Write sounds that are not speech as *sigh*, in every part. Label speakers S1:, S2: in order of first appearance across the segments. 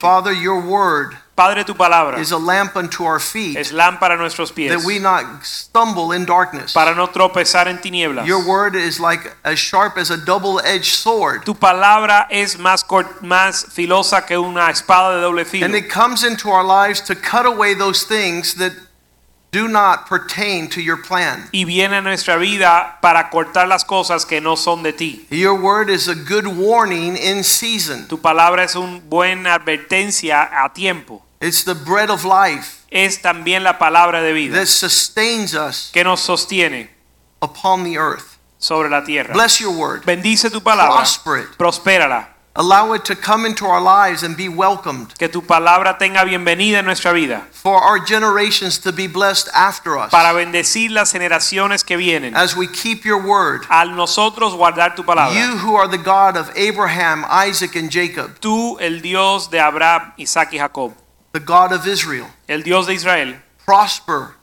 S1: Father, your word
S2: Padre, tu palabra
S1: is a lamp unto our feet
S2: es lámpara a nuestros pies
S1: that we not stumble in darkness.
S2: para no tropezar en tinieblas.
S1: Your word is like as sharp as a double-edged sword
S2: Tu palabra es más, cor- más filosa que una espada de doble filo
S1: and it comes into our lives to cut away those things that do not pertain to your plan.
S2: y viene a nuestra vida para cortar las cosas que no son de ti.
S1: Your word is a good warning in season.
S2: Tu palabra es una buena advertencia a tiempo.
S1: It's the bread of life
S2: Es también la palabra de vida
S1: that sustains us
S2: que nos sostiene
S1: upon the earth.
S2: sobre la tierra.
S1: Bless your word.
S2: Bendice tu palabra,
S1: Prosper it.
S2: prospérala,
S1: Allow it to come into our lives and be welcomed
S2: que tu palabra tenga bienvenida en nuestra vida
S1: for our generations to be blessed after us.
S2: para bendecir las generaciones que vienen.
S1: as we keep your word.
S2: al nosotros guardar tu palabra.
S1: You who are the God of Abraham, Isaac, and Jacob,
S2: Tú, el Dios de Abraham, Isaac y Jacob,
S1: the God of Israel,
S2: el Dios de Israel,
S1: prosper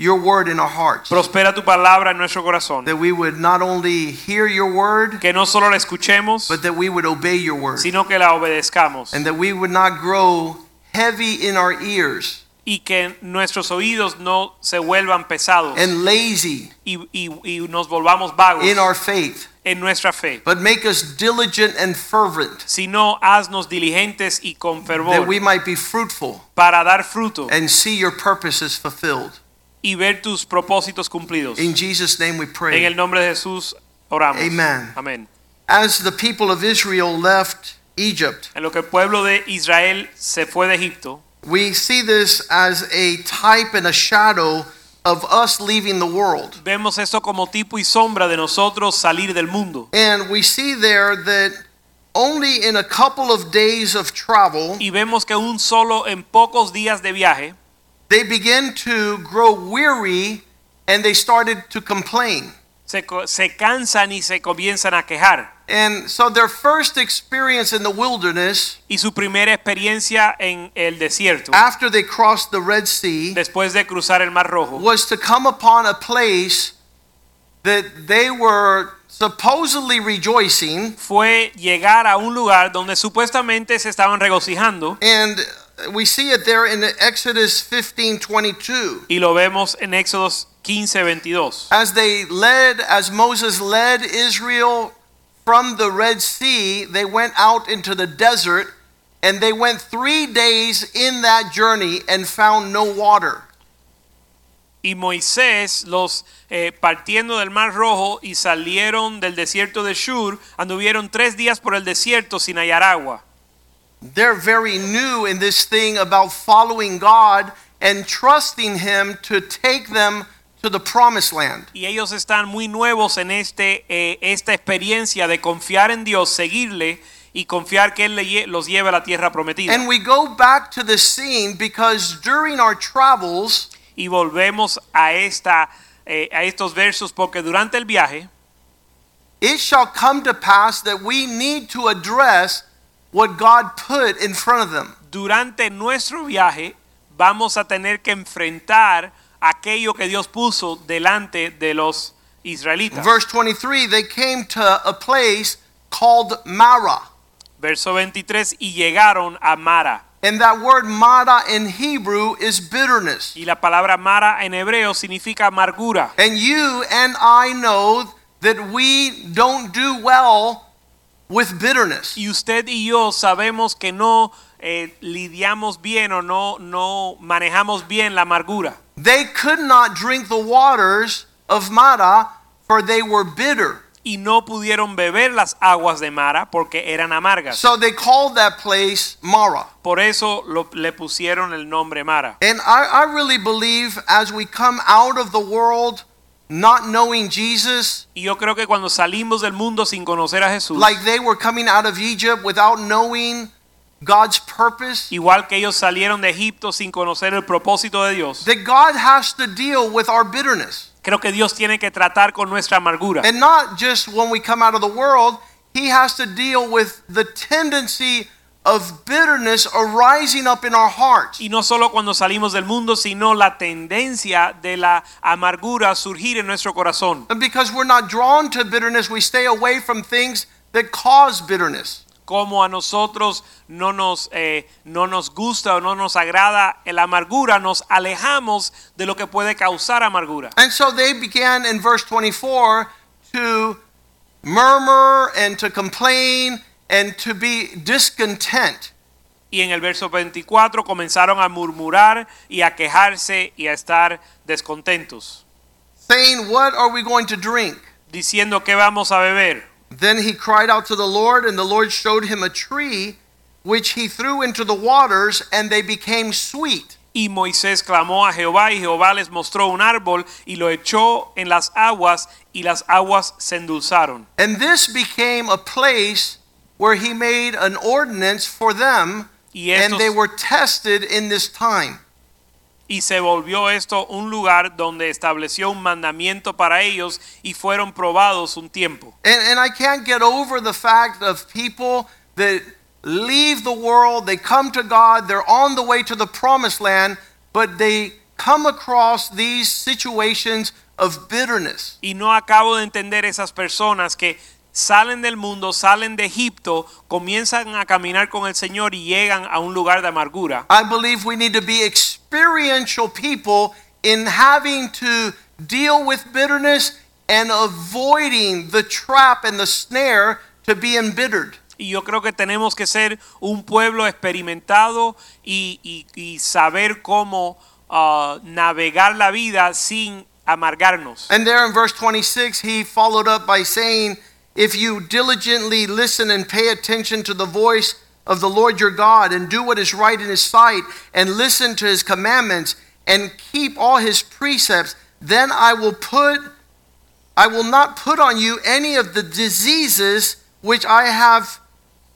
S1: your word in our hearts.
S2: prospera tu palabra en nuestro corazón.
S1: That we would not only hear your word,
S2: Que no solo la escuchemos,
S1: but that we would obey your word.
S2: sino que la obedezcamos.
S1: And that we would not grow heavy in our ears
S2: Y que nuestros oídos no se vuelvan pesados
S1: and lazy
S2: y, y- y nos volvamos vagos
S1: in our faith,
S2: en nuestra fe.
S1: but make us diligent and fervent
S2: Sino haznos diligentes y con
S1: that
S2: fervor
S1: we might be fruitful
S2: para dar fruto
S1: and see your purposes fulfilled.
S2: y ver tus propósitos cumplidos.
S1: In Jesus' name we
S2: En
S1: pray.
S2: el nombre de Jesús oramos.
S1: Amen.
S2: Amén.
S1: As the people of Israel left Egypt,
S2: En lo que el pueblo de Israel se fue de Egipto,
S1: We see this as a type and a shadow of us leaving the world.
S2: vemos esto como tipo y sombra de nosotros salir del mundo.
S1: And we see there that only in a couple of days of travel,
S2: Y vemos que un solo en pocos días de viaje,
S1: they begin to grow weary and they started to complain.
S2: se, co- se cansan y se comienzan a quejar.
S1: And so their first experience in the wilderness,
S2: Y su primera experiencia en el desierto,
S1: after they crossed the Red Sea,
S2: después de cruzar el Mar Rojo,
S1: was to come upon a place that they were supposedly rejoicing
S2: fue llegar a un lugar donde supuestamente se estaban regocijando.
S1: And we see it there in Exodus 15 22.
S2: Y lo vemos en Éxodos 15, 22.
S1: As they led, as Moses led Israel from the Red Sea, they went out into the desert and they went three days in that journey and found no water.
S2: Y Moisés los eh, partiendo del mar rojo y salieron del desierto de Shur, anduvieron tres días por el desierto sin hallar agua.
S1: They're very new in this thing about following God and trusting Him to take them to the promised land.
S2: Y ellos están muy nuevos en este, eh, esta experiencia de confiar en Dios, seguirle y confiar que Él le lle- los lleve a la tierra prometida.
S1: And we go back to this scene because during our travels,
S2: y volvemos a, esta, eh, a estos versos porque durante el viaje
S1: It shall come to pass that we need to address what God put in front of them.
S2: durante nuestro viaje vamos a tener que enfrentar aquello que Dios puso delante de los israelitas.
S1: Verse 23 they came to a place called Mara.
S2: Verso 23, y llegaron a Mara.
S1: And that word Mara in Hebrew is bitterness.
S2: Y la palabra Mara en hebreo significa amargura.
S1: And you and I know that we don't do well with bitterness.
S2: Y usted y yo sabemos que no eh, lidiamos bien o no, no manejamos bien la amargura.
S1: They could not drink the waters of Mara, for they were bitter.
S2: Y no pudieron beber las aguas de Mara porque eran amargas.
S1: So they called that place Mara.
S2: Por eso lo- le pusieron el nombre Mara.
S1: And I, I really believe as we come out of the world not knowing Jesus,
S2: Y yo creo que cuando salimos del mundo sin conocer a Jesús,
S1: like they were coming out of Egypt without knowing God's purpose,
S2: igual que ellos salieron de Egipto sin conocer el propósito de Dios.
S1: that God has to deal with our bitterness.
S2: Creo que Dios tiene que tratar con nuestra amargura.
S1: And not just when we come out of the world, He has to deal with the tendency of bitterness arising up in our hearts.
S2: Y no solo cuando salimos del mundo, sino la tendencia de la amargura a surgir en nuestro corazón.
S1: And because we're not drawn to bitterness, we stay away from things that cause bitterness.
S2: Como a nosotros no nos, eh, no nos gusta o no nos agrada la amargura, nos alejamos de lo que puede causar amargura.
S1: And so they began in verse 24 to murmur and to complain and to be discontent.
S2: Y en el verso 24 comenzaron a murmurar y a quejarse y a estar descontentos,
S1: saying, What are we going to drink?
S2: diciendo que vamos a beber.
S1: Then he cried out to the Lord, and the Lord showed him a tree which he threw into the waters, and they became sweet.
S2: Y Moisés clamó a Jehová y Jehová les mostró un árbol y lo echó en las aguas y las aguas se endulzaron.
S1: And this became a place where he made an ordinance for them,
S2: Y, estos-
S1: and they were tested in this time.
S2: y se volvió esto un lugar donde estableció un mandamiento para ellos y fueron probados un tiempo.
S1: And, and I can't get over the fact of people that leave the world, they come to God, they're on the way to the promised land, but they come across these situations of bitterness.
S2: Y no acabo de entender esas personas que salen del mundo, salen de Egipto, comienzan a caminar con el Señor y llegan a un lugar de amargura.
S1: I believe we need to be experiential people in having to deal with bitterness and avoiding the trap and the snare to be embittered.
S2: Y yo creo que tenemos que ser un pueblo experimentado y, y- y saber cómo ah, navegar la vida sin amargarnos.
S1: And there in verse 26, he followed up by saying, If you diligently listen and pay attention to the voice of the Lord your God, and do what is right in his sight, and listen to his commandments, and keep all his precepts, then I will put I will not put on you any of the diseases which I have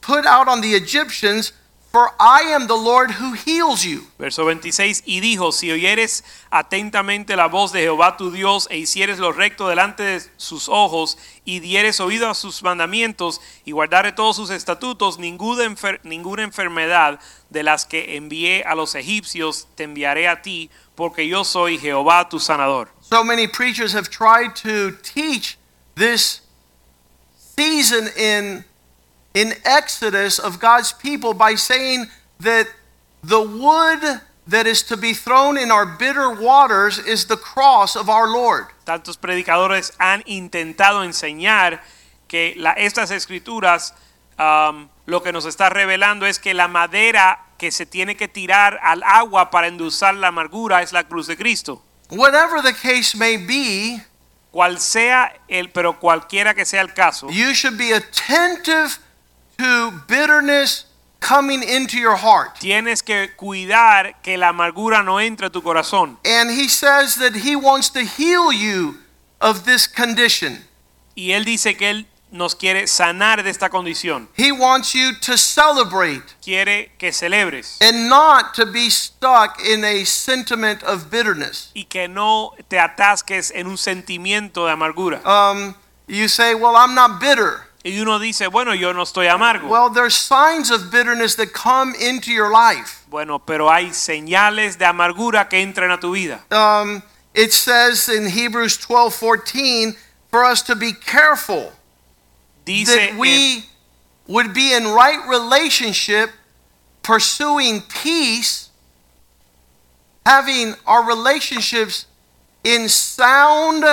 S1: put out on the Egyptians, for I am the Lord who heals you.
S2: Verso 26, y dijo, si oyeres atentamente la voz de Jehová tu Dios e hicieres lo recto delante de sus ojos y dieres oído a sus mandamientos y guardare todos sus estatutos, ninguna, enfer- ninguna enfermedad de las que envié a los egipcios te enviaré a ti, porque yo soy Jehová tu sanador.
S1: So many preachers have tried to teach this season in in Exodus of God's people by saying that the wood that is to be thrown in our bitter waters is the cross of our Lord.
S2: tantos predicadores han intentado enseñar que la- estas escrituras am, lo que nos está revelando es que la madera que se tiene que tirar al agua para endulzar la amargura es la cruz de Cristo.
S1: Whatever the case may be,
S2: Cual sea el, pero cualquiera que sea el caso,
S1: you should be attentive to bitterness coming into your heart.
S2: tienes que cuidar que la amargura no entre a tu corazón.
S1: And he says that he wants to heal you of this condition.
S2: Y él dice que él nos quiere sanar de esta condición.
S1: He wants you to celebrate
S2: Quiere que celebres
S1: and not to be stuck in a sentiment of bitterness.
S2: y que no te atasques en un sentimiento de amargura.
S1: Um, you say, Well, I'm not bitter.
S2: Y uno dice, bueno, yo no estoy amargo.
S1: Well, there's signs of bitterness that come into your life.
S2: bueno, pero hay señales de amargura que entran a tu vida.
S1: Um, it says in Hebrews 12 14 for us to be careful
S2: Dice
S1: that
S2: en-
S1: we would be in right relationship, pursuing peace, having our relationships in sound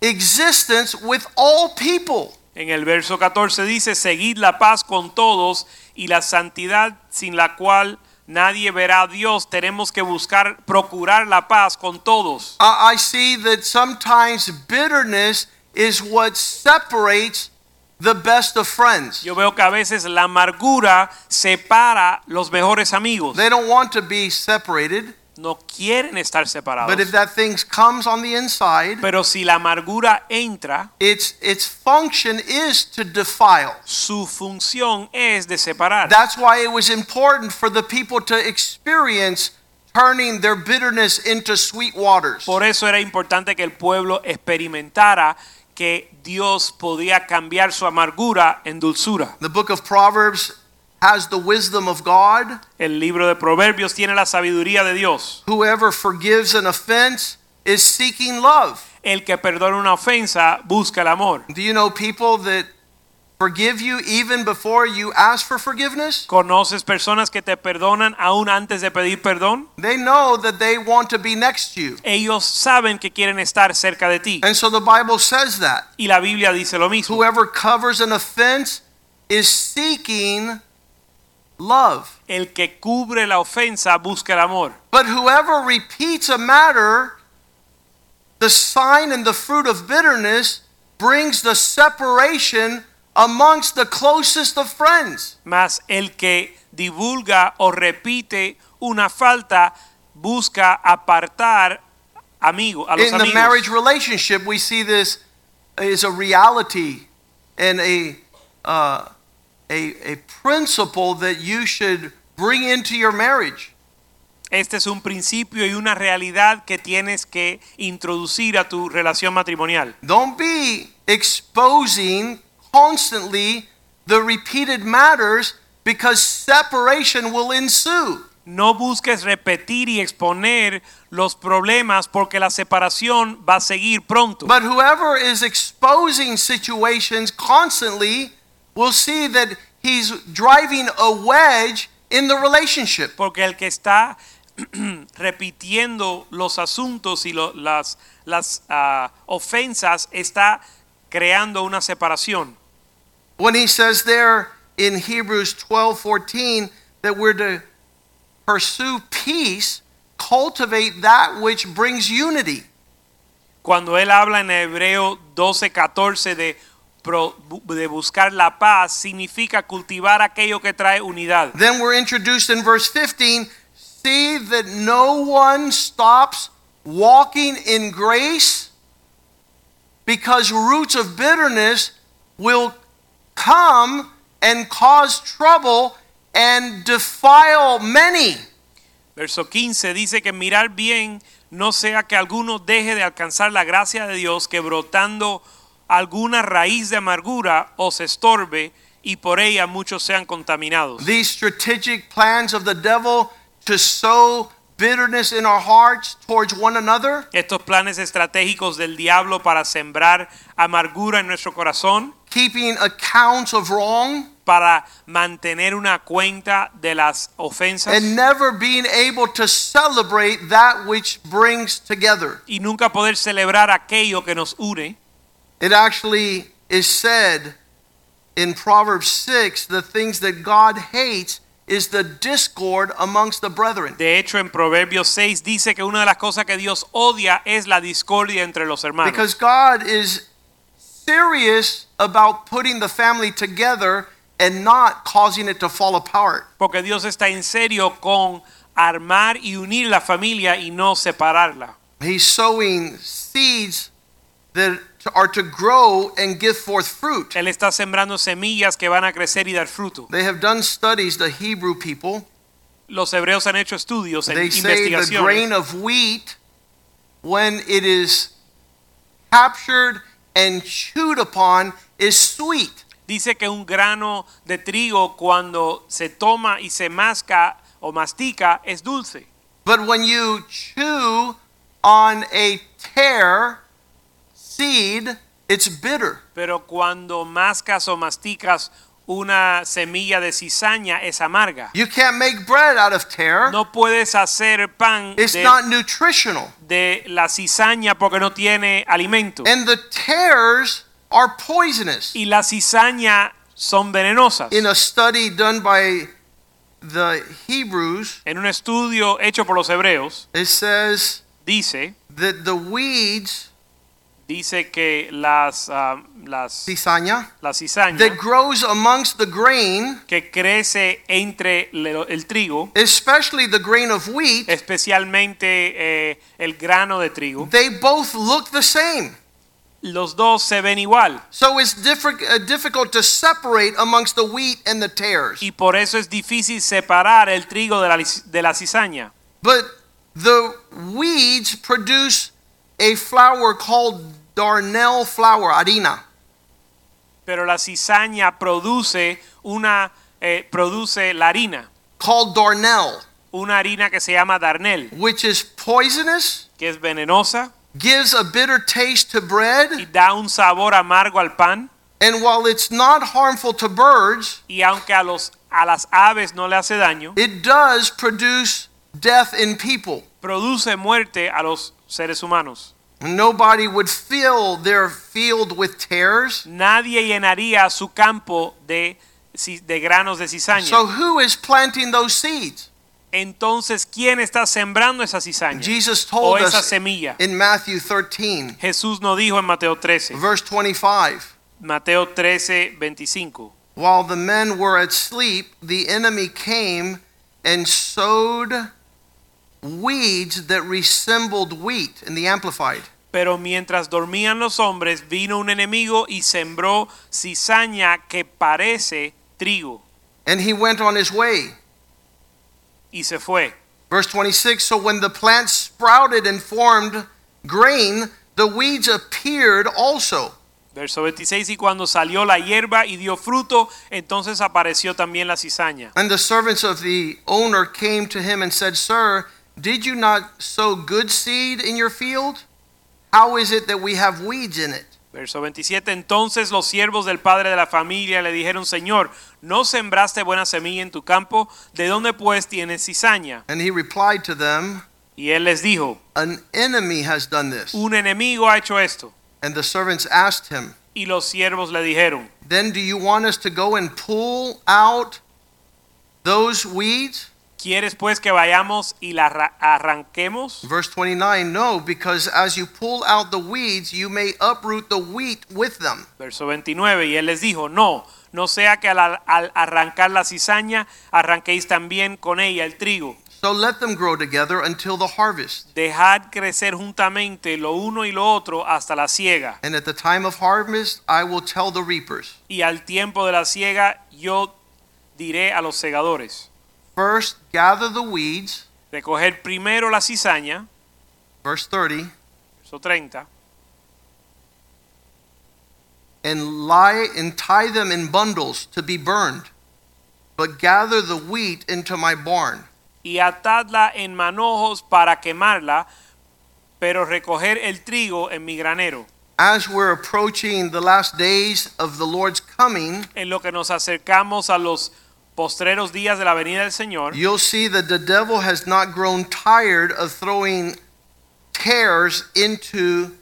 S1: existence with all people.
S2: en el verso 14 dice, seguid la paz con todos y la santidad sin la cual nadie verá a Dios. Tenemos que buscar, procurar la paz con todos.
S1: I I see that sometimes bitterness is what separates the best of friends.
S2: Yo veo que a veces la amargura separa los mejores amigos.
S1: They don't want to be separated.
S2: no quieren estar separados.
S1: But if that thing comes on the inside,
S2: Pero si la amargura entra,
S1: its its function is to defile.
S2: su función es de separar.
S1: That's why it was important for the people to experience turning their bitterness into sweet waters.
S2: Por eso era importante que el pueblo experimentara que Dios podía cambiar su amargura en dulzura.
S1: The book of Proverbs has the wisdom of God.
S2: El libro de Proverbios tiene la sabiduría de Dios.
S1: Whoever forgives an offense is seeking love.
S2: El que perdona una ofensa busca el amor.
S1: Do you know people that forgive you even before you ask for forgiveness?
S2: ¿Conoces personas que te perdonan aún antes de pedir perdón?
S1: They know that they want to be next to you.
S2: Ellos saben que quieren estar cerca de ti.
S1: And so the Bible says that.
S2: Y la Biblia dice lo mismo.
S1: Whoever covers an offense is seeking love.
S2: El que cubre la ofensa busca el amor.
S1: But whoever repeats a matter, the sign and the fruit of bitterness brings the separation amongst the closest of friends.
S2: Mas el que divulga o repite una falta busca apartar amigo, a los
S1: In the
S2: amigos.
S1: marriage relationship, we see this is a reality and a, uh, a, a principle that you should bring into your marriage.
S2: Este es un principio y una realidad que tienes que introducir a tu relación matrimonial.
S1: Don't be exposing constantly the repeated matters because separation will ensue.
S2: No busques repetir y exponer los problemas porque la separación va a seguir pronto.
S1: But whoever is exposing situations constantly will see that he's driving a wedge in the relationship.
S2: porque el que está *clears throat* repitiendo los asuntos y lo- las, las ah, ofensas está creando una separación.
S1: When he says there in Hebrews 12:14 that we're to pursue peace, cultivate that which brings unity.
S2: Cuando él habla en Hebreo 12, 14 de, pro- bu- de buscar la paz, significa cultivar aquello que trae unidad.
S1: Then we're introduced in verse 15 see that no one stops walking in grace because roots of bitterness will come and cause trouble and defile many.
S2: Verso 15 dice que mirar bien no sea que alguno deje de alcanzar la gracia de Dios, que brotando alguna raíz de amargura os estorbe y por ella muchos sean contaminados.
S1: These strategic plans of the devil to sow bitterness in our hearts towards one another
S2: Estos planes estratégicos del diablo para sembrar amargura en nuestro corazón,
S1: keeping accounts of wrong
S2: para mantener una cuenta de las ofensas
S1: and never being able to celebrate that which brings together.
S2: y nunca poder celebrar aquello que nos une.
S1: It actually is said in Proverbs 6 the things that God hates is the discord amongst the brethren.
S2: De hecho, en Proverbios 6 dice que una de las cosas que Dios odia es la discordia entre los hermanos.
S1: Because God is serious about putting the family together and not causing it to fall apart.
S2: Porque Dios está en serio con armar y unir la familia y no separarla.
S1: He's sowing seeds that are to grow and give forth fruit.
S2: Él está sembrando semillas que van a crecer y dar fruto.
S1: They have done studies, the Hebrew people.
S2: Los hebreos han hecho estudios, en
S1: They say the
S2: investigaciones.
S1: grain of wheat, when it is captured and chewed upon, is sweet.
S2: Dice que un grano de trigo cuando se toma y se masca o mastica es dulce.
S1: But when you chew on a tear seed, it's bitter.
S2: Pero cuando mascas o masticas una semilla de cizaña es amarga.
S1: You can't make bread out of tear.
S2: No puedes hacer pan
S1: It's
S2: de,
S1: not nutritional.
S2: de la cizaña porque no tiene alimento.
S1: And the tares are poisonous.
S2: y la cizaña son venenosas.
S1: In a study done by the Hebrews,
S2: en un estudio hecho por los hebreos,
S1: it says
S2: dice
S1: that the weeds
S2: dice que las, ah, las,
S1: cizaña,
S2: la cizaña
S1: that grows amongst the grain,
S2: que crece entre le- el trigo,
S1: especially the grain of wheat,
S2: especialmente eh, el grano de trigo,
S1: they both look the same.
S2: los dos se ven igual.
S1: So it's diffi- uh, difficult to separate amongst the wheat and the tares.
S2: Y por eso es difícil separar el trigo de la, lic- de la cizaña.
S1: But the weeds produce a flour called darnel flour, harina.
S2: Pero la cizaña produce, una, eh, produce la harina,
S1: called darnel,
S2: una harina que se llama darnel,
S1: which is poisonous,
S2: que es venenosa
S1: gives a bitter taste to bread,
S2: y da un sabor amargo al pan.
S1: and while it's not harmful to birds,
S2: Y aunque a, los, a las aves no le hace daño,
S1: it does produce death in people.
S2: produce muerte a los seres humanos.
S1: Nobody would fill their field with tares.
S2: Nadie llenaría su campo de, ci- de granos de cizaña.
S1: So who is planting those seeds?
S2: Entonces, ¿quién está sembrando esa cizaña
S1: Jesus
S2: o
S1: told
S2: esa
S1: us
S2: semilla?
S1: in Matthew 13,
S2: Jesús nos dijo en Mateo 13,
S1: verse 25.
S2: Mateo 13, 25.
S1: While the men were at sleep, the enemy came and sowed weeds that resembled wheat in the Amplified.
S2: Pero mientras dormían los hombres, vino un enemigo y sembró cizaña que parece trigo.
S1: And he went on his way.
S2: Y se fue.
S1: Verse 26 So when the plants sprouted and formed grain, the weeds appeared also.
S2: Verso 26, y cuando salió la hierba y dio fruto, entonces apareció también la cizaña.
S1: And the servants of the owner came to him and said, Sir, did you not sow good seed in your field? How is it that we have weeds in it?
S2: Verso 27, entonces los siervos del padre de la familia le dijeron, Señor, ¿no sembraste buena semilla en tu campo? ¿De dónde pues tienes cizaña?
S1: And he replied to them,
S2: Y él les dijo,
S1: An enemy has done this.
S2: un enemigo ha hecho esto.
S1: And the servants asked him,
S2: Y los siervos le dijeron,
S1: Then do you want us to go and pull out those weeds?
S2: ¿quieres pues que vayamos y la arra- arranquemos?
S1: Verse 29 No, because as you pull out the weeds, you may uproot the wheat with them.
S2: Verso 29, y él les dijo, no, no sea que al, al arrancar la cizaña arranquéis también con ella el trigo.
S1: So let them grow together until the harvest.
S2: Dejad crecer juntamente lo uno y lo otro hasta la siega.
S1: And at the time of harvest, I will tell the reapers
S2: Y al tiempo de la siega yo diré a los segadores,
S1: First, gather the weeds,
S2: recoger primero la cizaña,
S1: verse 30,
S2: verso 30,
S1: and lie and tie them in bundles to be burned. But gather the wheat into my barn.
S2: y atadla en manojos para quemarla, pero recoger el trigo en mi granero.
S1: As we're approaching the last days of the Lord's coming,
S2: En lo que nos acercamos a los postreros días de la venida del Señor,
S1: you'll see that the devil has not grown tired of throwing tares into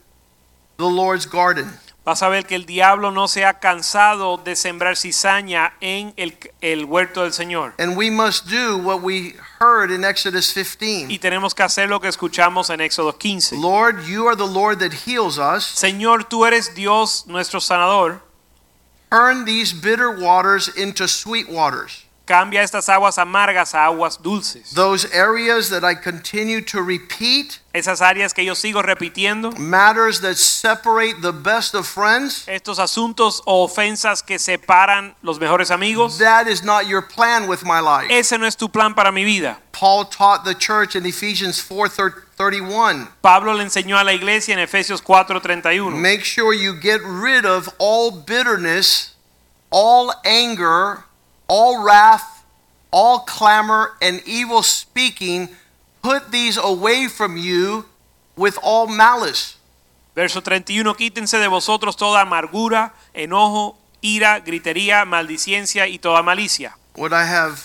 S1: the Lord's garden.
S2: vas a ver que el diablo no se ha cansado de sembrar cizaña en el, el huerto del Señor.
S1: And we must do what we heard in Exodus 15.
S2: Y tenemos que hacer lo que escuchamos en Éxodo 15.
S1: Lord, you are the Lord that heals us.
S2: Señor, tú eres Dios nuestro sanador.
S1: Turn these bitter waters into sweet waters.
S2: Cambia estas aguas amargas a aguas dulces.
S1: Those areas that I continue to repeat,
S2: Esas áreas que yo sigo repitiendo,
S1: matters that separate the best of friends,
S2: estos asuntos o ofensas que separan los mejores amigos,
S1: that is not your plan with my life.
S2: ese no es tu plan para mi vida.
S1: Paul taught the church in Ephesians 4:31,
S2: Pablo le enseñó a la iglesia en Efesios 4:31.
S1: make sure you get rid of all bitterness, all anger, all wrath, all clamor and evil speaking, put these away from you with all malice.
S2: Verso 31, quítense de vosotros toda amargura, enojo, ira, gritería, maldiciencia y toda malicia.
S1: What I have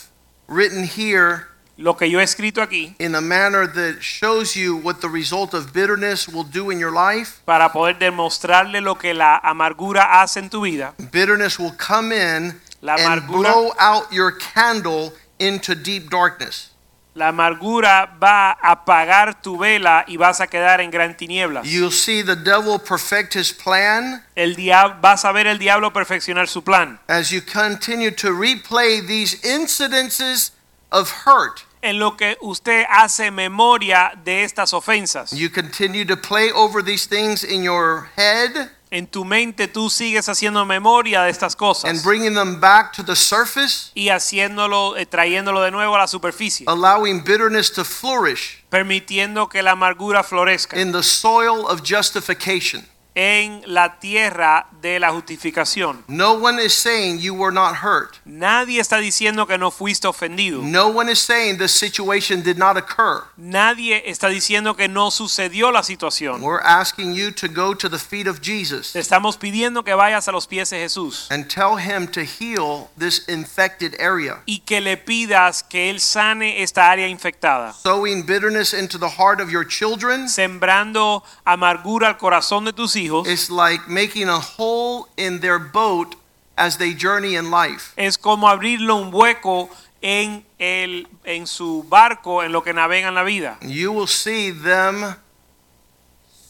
S1: written here
S2: Lo que yo he escrito aquí,
S1: in a manner that shows you what the result of bitterness will do in your life.
S2: para poder demostrarle lo que la amargura hace en tu vida,
S1: Bitterness will come in
S2: La
S1: and
S2: amargura-
S1: blow out your candle into deep darkness.
S2: La amargura va a apagar tu vela y vas a quedar en gran tinieblas.
S1: You'll see the devil perfect his plan
S2: El diablo vas a ver el diablo perfeccionar su plan.
S1: as you continue to replay these incidences of hurt.
S2: En lo que usted hace memoria de estas ofensas.
S1: You continue to play over these things in your head
S2: En tu mente tú sigues haciendo memoria de estas
S1: and
S2: cosas
S1: bringing them back to the surface,
S2: y haciéndolo eh, trayéndolo de nuevo a la superficie,
S1: allowing bitterness to flourish
S2: permitiendo que la amargura florezca
S1: in the soil of justification.
S2: en la tierra de la justificación.
S1: No one is saying you were not hurt.
S2: Nadie está diciendo que no fuiste ofendido.
S1: No one is saying this situation did not occur.
S2: Nadie está diciendo que no sucedió la situación.
S1: We're asking you to go to the feet of Jesus
S2: Te estamos pidiendo que vayas a los pies de Jesús
S1: and tell him to heal this infected area.
S2: y que le pidas que él sane esta área infectada,
S1: Sowing bitterness into the heart of your children
S2: sembrando amargura al corazón de tus hijos.
S1: is like making a hole in their boat as they journey in life.
S2: es como abrirle un hueco en, el, en su barco, en lo que navegan la vida.
S1: You will see them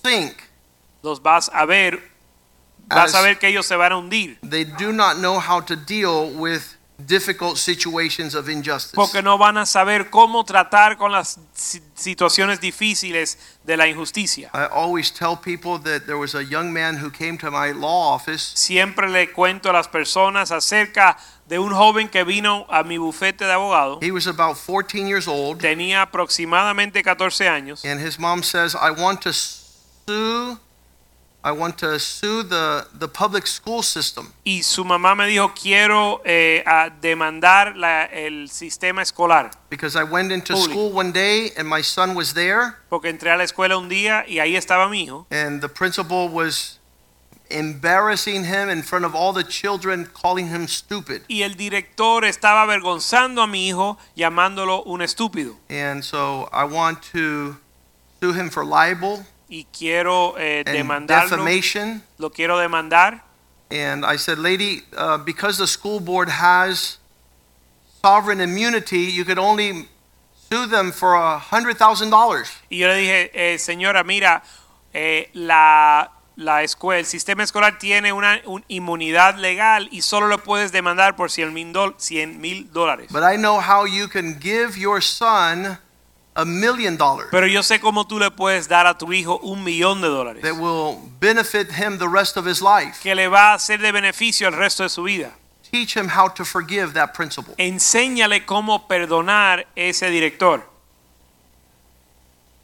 S1: sink
S2: Los vas a ver, vas
S1: as
S2: a ver que ellos se van a hundir,
S1: they do not know how to deal with difficult situations of injustice.
S2: porque no van a saber cómo tratar con las si- situaciones difíciles de la injusticia.
S1: I always tell people that there was a young man who came to my law office
S2: Siempre le cuento a las personas acerca de un joven que vino a mi bufete de abogado,
S1: He was about 14 years old,
S2: tenía aproximadamente 14 años,
S1: and his mom says, "I want to sue, I want to sue the the public school system."
S2: y su mamá me dijo, quiero eh, a demandar la- el sistema escolar.
S1: Because I went into
S2: Holy.
S1: school one day and my son was there,
S2: porque entré a la escuela un día y ahí estaba mi hijo
S1: and the principal was embarrassing him in front of all the children, calling him stupid.
S2: y el director estaba avergonzando a mi hijo llamándolo un estúpido
S1: And so I want to sue him for libel
S2: y quiero eh,
S1: and
S2: demandarlo
S1: defamation.
S2: lo quiero demandar
S1: And I said, Lady, uh, because the school board has sovereign immunity, you could only sue them for a $100,000.
S2: y yo le dije eh, señora mira eh, la la escuela el sistema escolar tiene una un- inmunidad legal y solo lo puedes demandar por 100 mil dol- 100 mil dólares
S1: But I know how you can give your son a million dollars
S2: pero yo sé cómo tú le puedes dar a tu hijo un millón de dólares
S1: that will benefit him the rest of his life.
S2: que le va a ser de beneficio el resto de su vida
S1: Teach him how to forgive that principle.
S2: enséñale cómo perdonar ese director,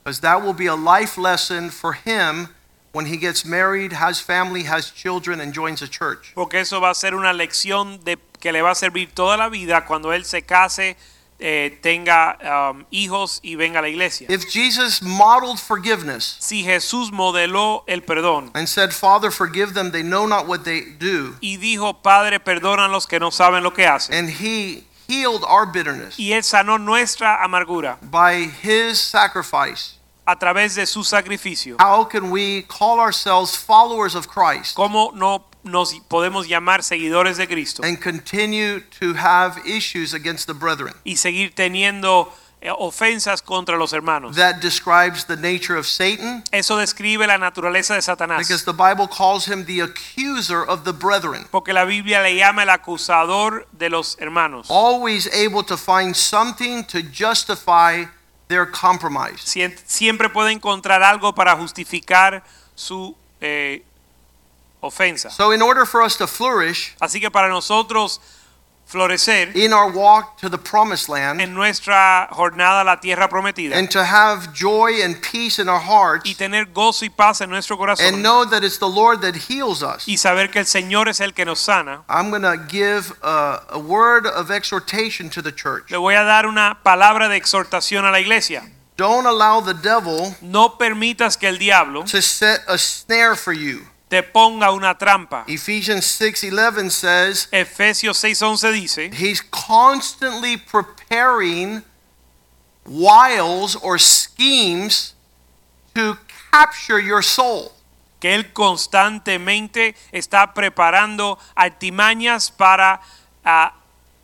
S1: Because that will be a life lesson for him when he gets married, has family, has children, and joins a church.
S2: porque eso va a ser una lección de, que le va a servir toda la vida cuando él se case, eh, tenga um, hijos y venga a la iglesia.
S1: If Jesus modeled forgiveness,
S2: Si Jesús modeló el perdón
S1: and said, Father, forgive them, they know not what they do.
S2: y dijo, Padre, perdona a los que no saben lo que hacen,
S1: And he healed our bitterness
S2: y él sanó nuestra amargura
S1: by his sacrifice.
S2: a través de su sacrificio,
S1: How can we call ourselves followers of Christ
S2: ¿cómo no nos podemos llamar seguidores de Cristo
S1: and continue to have issues against the brethren?
S2: y seguir teniendo eh, ofensas contra los hermanos?
S1: That describes the nature of Satan
S2: Eso describe la naturaleza de Satanás.
S1: because the Bible calls him the accuser of the brethren,
S2: Porque la Biblia le llama el acusador de los hermanos,
S1: always able to find something to justify their compromise.
S2: Siem- siempre puede encontrar algo para justificar su eh, ofensa.
S1: So, in order for us to flourish
S2: Así que para nosotros florecer
S1: in our walk to the promised land,
S2: en nuestra jornada a la tierra prometida
S1: and to have joy and peace in our
S2: y
S1: hearts
S2: tener gozo y paz en nuestro
S1: and
S2: corazón
S1: know that it's the Lord that heals us.
S2: y saber que el Señor es el que nos sana,
S1: I'm going to give a, a word of exhortation to the church.
S2: le voy a dar una palabra de exhortación a la iglesia.
S1: Don't allow the devil
S2: No permitas que el diablo
S1: to set a snare for you.
S2: te ponga una trampa.
S1: Ephesians 6:11 says,
S2: Efesios 6:11 dice,
S1: "He's constantly preparing wiles or schemes to capture your soul."
S2: que él constantemente está preparando artimañas para, ah,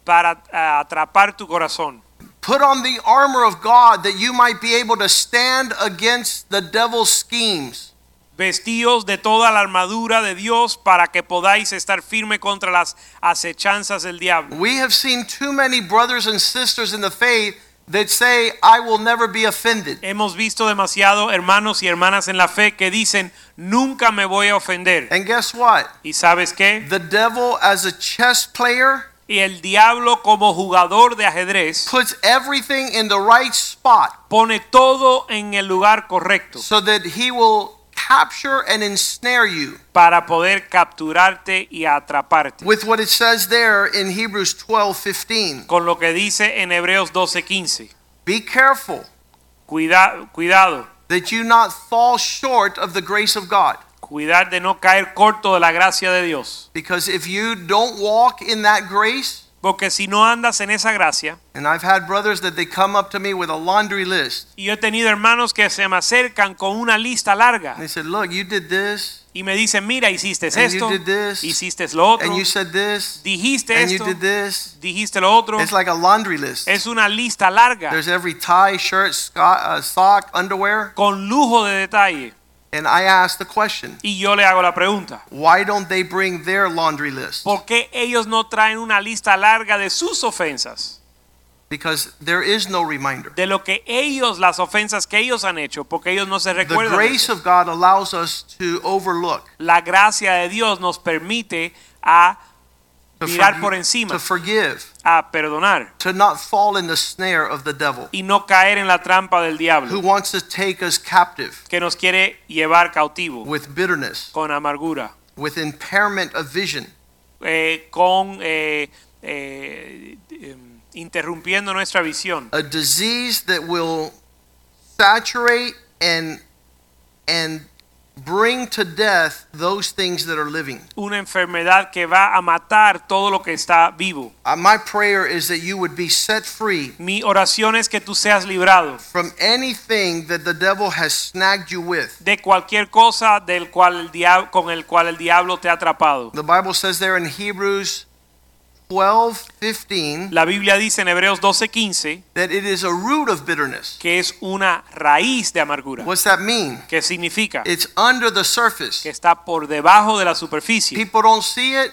S2: para ah, atrapar tu corazón.
S1: Put on the armor of God that you might be able to stand against the devil's schemes.
S2: Vestíos de toda la armadura de Dios para que podáis estar firme contra las acechanzas del diablo.
S1: We have seen too many brothers and sisters in the faith that say, I will never be offended.
S2: Hemos visto demasiado hermanos y hermanas en la fe que dicen, nunca me voy a ofender.
S1: And guess what?
S2: ¿Y sabes qué?
S1: The devil, as a chess player,
S2: Y el diablo como jugador de ajedrez
S1: puts everything in the right spot
S2: pone todo en el lugar correcto
S1: so that he will capture and ensnare you
S2: para poder capturarte y atraparte.
S1: with what it says there in Hebrews 12 15.
S2: Con lo que dice en Hebreos 12:15.
S1: Be careful
S2: Cuida- cuidado,
S1: that you not fall short of the grace of God.
S2: cuidar de no caer corto de la gracia de Dios.
S1: Because if you don't walk in that grace,
S2: Porque si no andas en esa gracia,
S1: and I've had brothers that they come up to me with a laundry list.
S2: y yo he tenido hermanos que se me acercan con una lista larga
S1: And they said, Look, you did this,
S2: y me dicen, mira, hiciste
S1: And you
S2: esto,
S1: did this,
S2: hiciste lo otro,
S1: and you said this,
S2: dijiste
S1: and you
S2: esto,
S1: did this.
S2: dijiste lo otro.
S1: It's like a laundry list.
S2: Es una lista larga
S1: There's every tie, shirt, sco- uh, sock, underwear.
S2: con lujo de detalle.
S1: And I ask the question
S2: Y yo le hago la pregunta,
S1: why don't they bring their laundry list?
S2: ¿por qué ellos no traen una lista larga de sus ofensas?
S1: Because there is no reminder.
S2: De lo que ellos, las ofensas que ellos han hecho, porque ellos no se
S1: The
S2: recuerdan. de
S1: grace
S2: eso.
S1: of God allows us to overlook,
S2: La gracia de Dios nos permite a
S1: to,
S2: mirar
S1: forgi-
S2: por encima,
S1: to forgive,
S2: a perdonar
S1: to not fall in the snare of the devil
S2: y no caer en la trampa del
S1: who
S2: diablo
S1: wants to take us captive
S2: que nos quiere llevar cautivo
S1: with bitterness,
S2: con amargura,
S1: with impairment of vision,
S2: eh, con eh, eh, em, interrumpiendo nuestra visión.
S1: a disease that will saturate and and bring to death those things that are living.
S2: una enfermedad que va a matar todo lo que está vivo.
S1: Uh, my prayer is that you would be set free
S2: Mi oración es que tú seas librado
S1: from anything that the devil has snagged you with.
S2: de cualquier cosa del cual el diablo, con el cual el diablo te ha atrapado.
S1: The Bible says there in Hebrews 12, 15,
S2: La Biblia dice en Hebreos 12:15
S1: that it is a root of bitterness.
S2: que es una raíz de amargura.
S1: What's that mean?
S2: ¿Qué significa?
S1: It's under the surface.
S2: Que está por debajo de la superficie.
S1: People don't see it,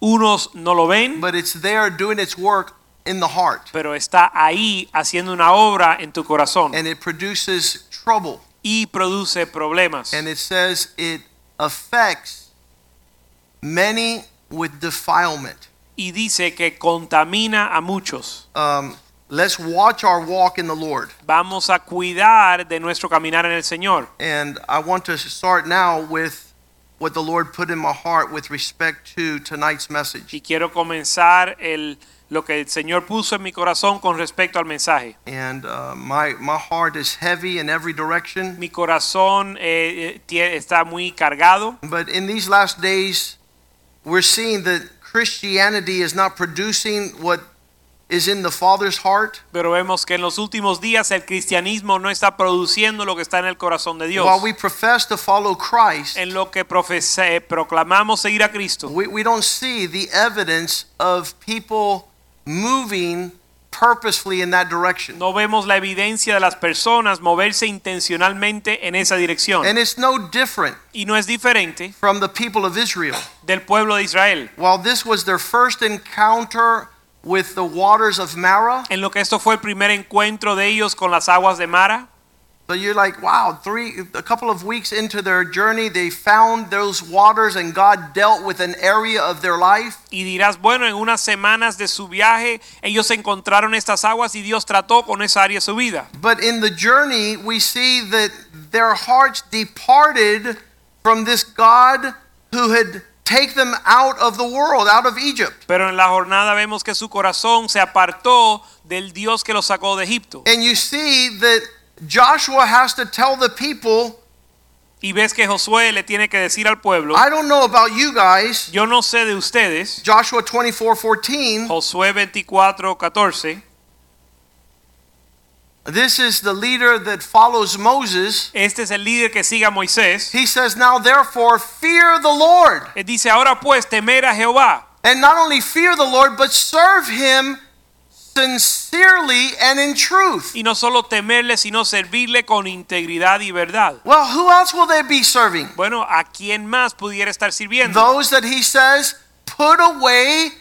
S2: Unos no lo ven,
S1: but it's there doing its work in the heart.
S2: pero está ahí haciendo una obra en tu corazón
S1: And it produces trouble.
S2: y produce problemas.
S1: And it says it affects many with defilement.
S2: Y dice que contamina a muchos.
S1: Um, let's watch our walk in the Lord.
S2: Vamos a cuidar de nuestro caminar en el Señor.
S1: And I want to start now with what the Lord put in my heart with respect to tonight's message.
S2: Y quiero comenzar el, lo que el Señor puso en mi corazón con respecto al mensaje.
S1: And uh, my, my heart is heavy in every direction.
S2: Mi corazón eh, eh, tie- está muy cargado,
S1: But in these last days, we're seeing that Christianity is not producing what is in the Father's heart.
S2: pero vemos que en los últimos días el cristianismo no está produciendo lo que está en el corazón de Dios.
S1: While we profess to follow Christ,
S2: En lo que profese- eh, proclamamos seguir a Cristo,
S1: we, we don't see the evidence of people moving purposefully in that direction.
S2: no vemos la evidencia de las personas moverse intencionalmente en esa dirección.
S1: And it's no different
S2: Y no es diferente
S1: from the people of Israel.
S2: del pueblo de Israel.
S1: While this was their first encounter with the waters of Marah,
S2: En lo que esto fue el primer encuentro de ellos con las aguas de Mara,
S1: so you're like, wow, three a couple of weeks into their journey, they found those waters and God dealt with an area of their life.
S2: Y dirás, bueno, en unas semanas de su viaje ellos encontraron estas aguas y Dios trató con esa área de su vida.
S1: But in the journey, we see that their hearts departed from this God who had take them out of the world, out of Egypt.
S2: Pero en la jornada vemos que su corazón se apartó del Dios que los sacó de Egipto.
S1: And you see that Joshua has to tell the people,
S2: Y ves que Josué le tiene que decir al pueblo,
S1: I don't know about you guys,
S2: yo no sé de ustedes,
S1: Joshua 24 14.
S2: Josué 24, 14,
S1: This is the leader that follows Moses.
S2: este es el líder que sigue a Moisés.
S1: He says, Now therefore, fear the Lord.
S2: Él dice, ahora pues temer a Jehová
S1: And not only fear the Lord, but serve him sincerely and in truth.
S2: Y no solo temerle, sino servirle con integridad y verdad.
S1: Well, who else will they be serving?
S2: Bueno, ¿a quién más pudiera estar sirviendo?
S1: Those that he says, put away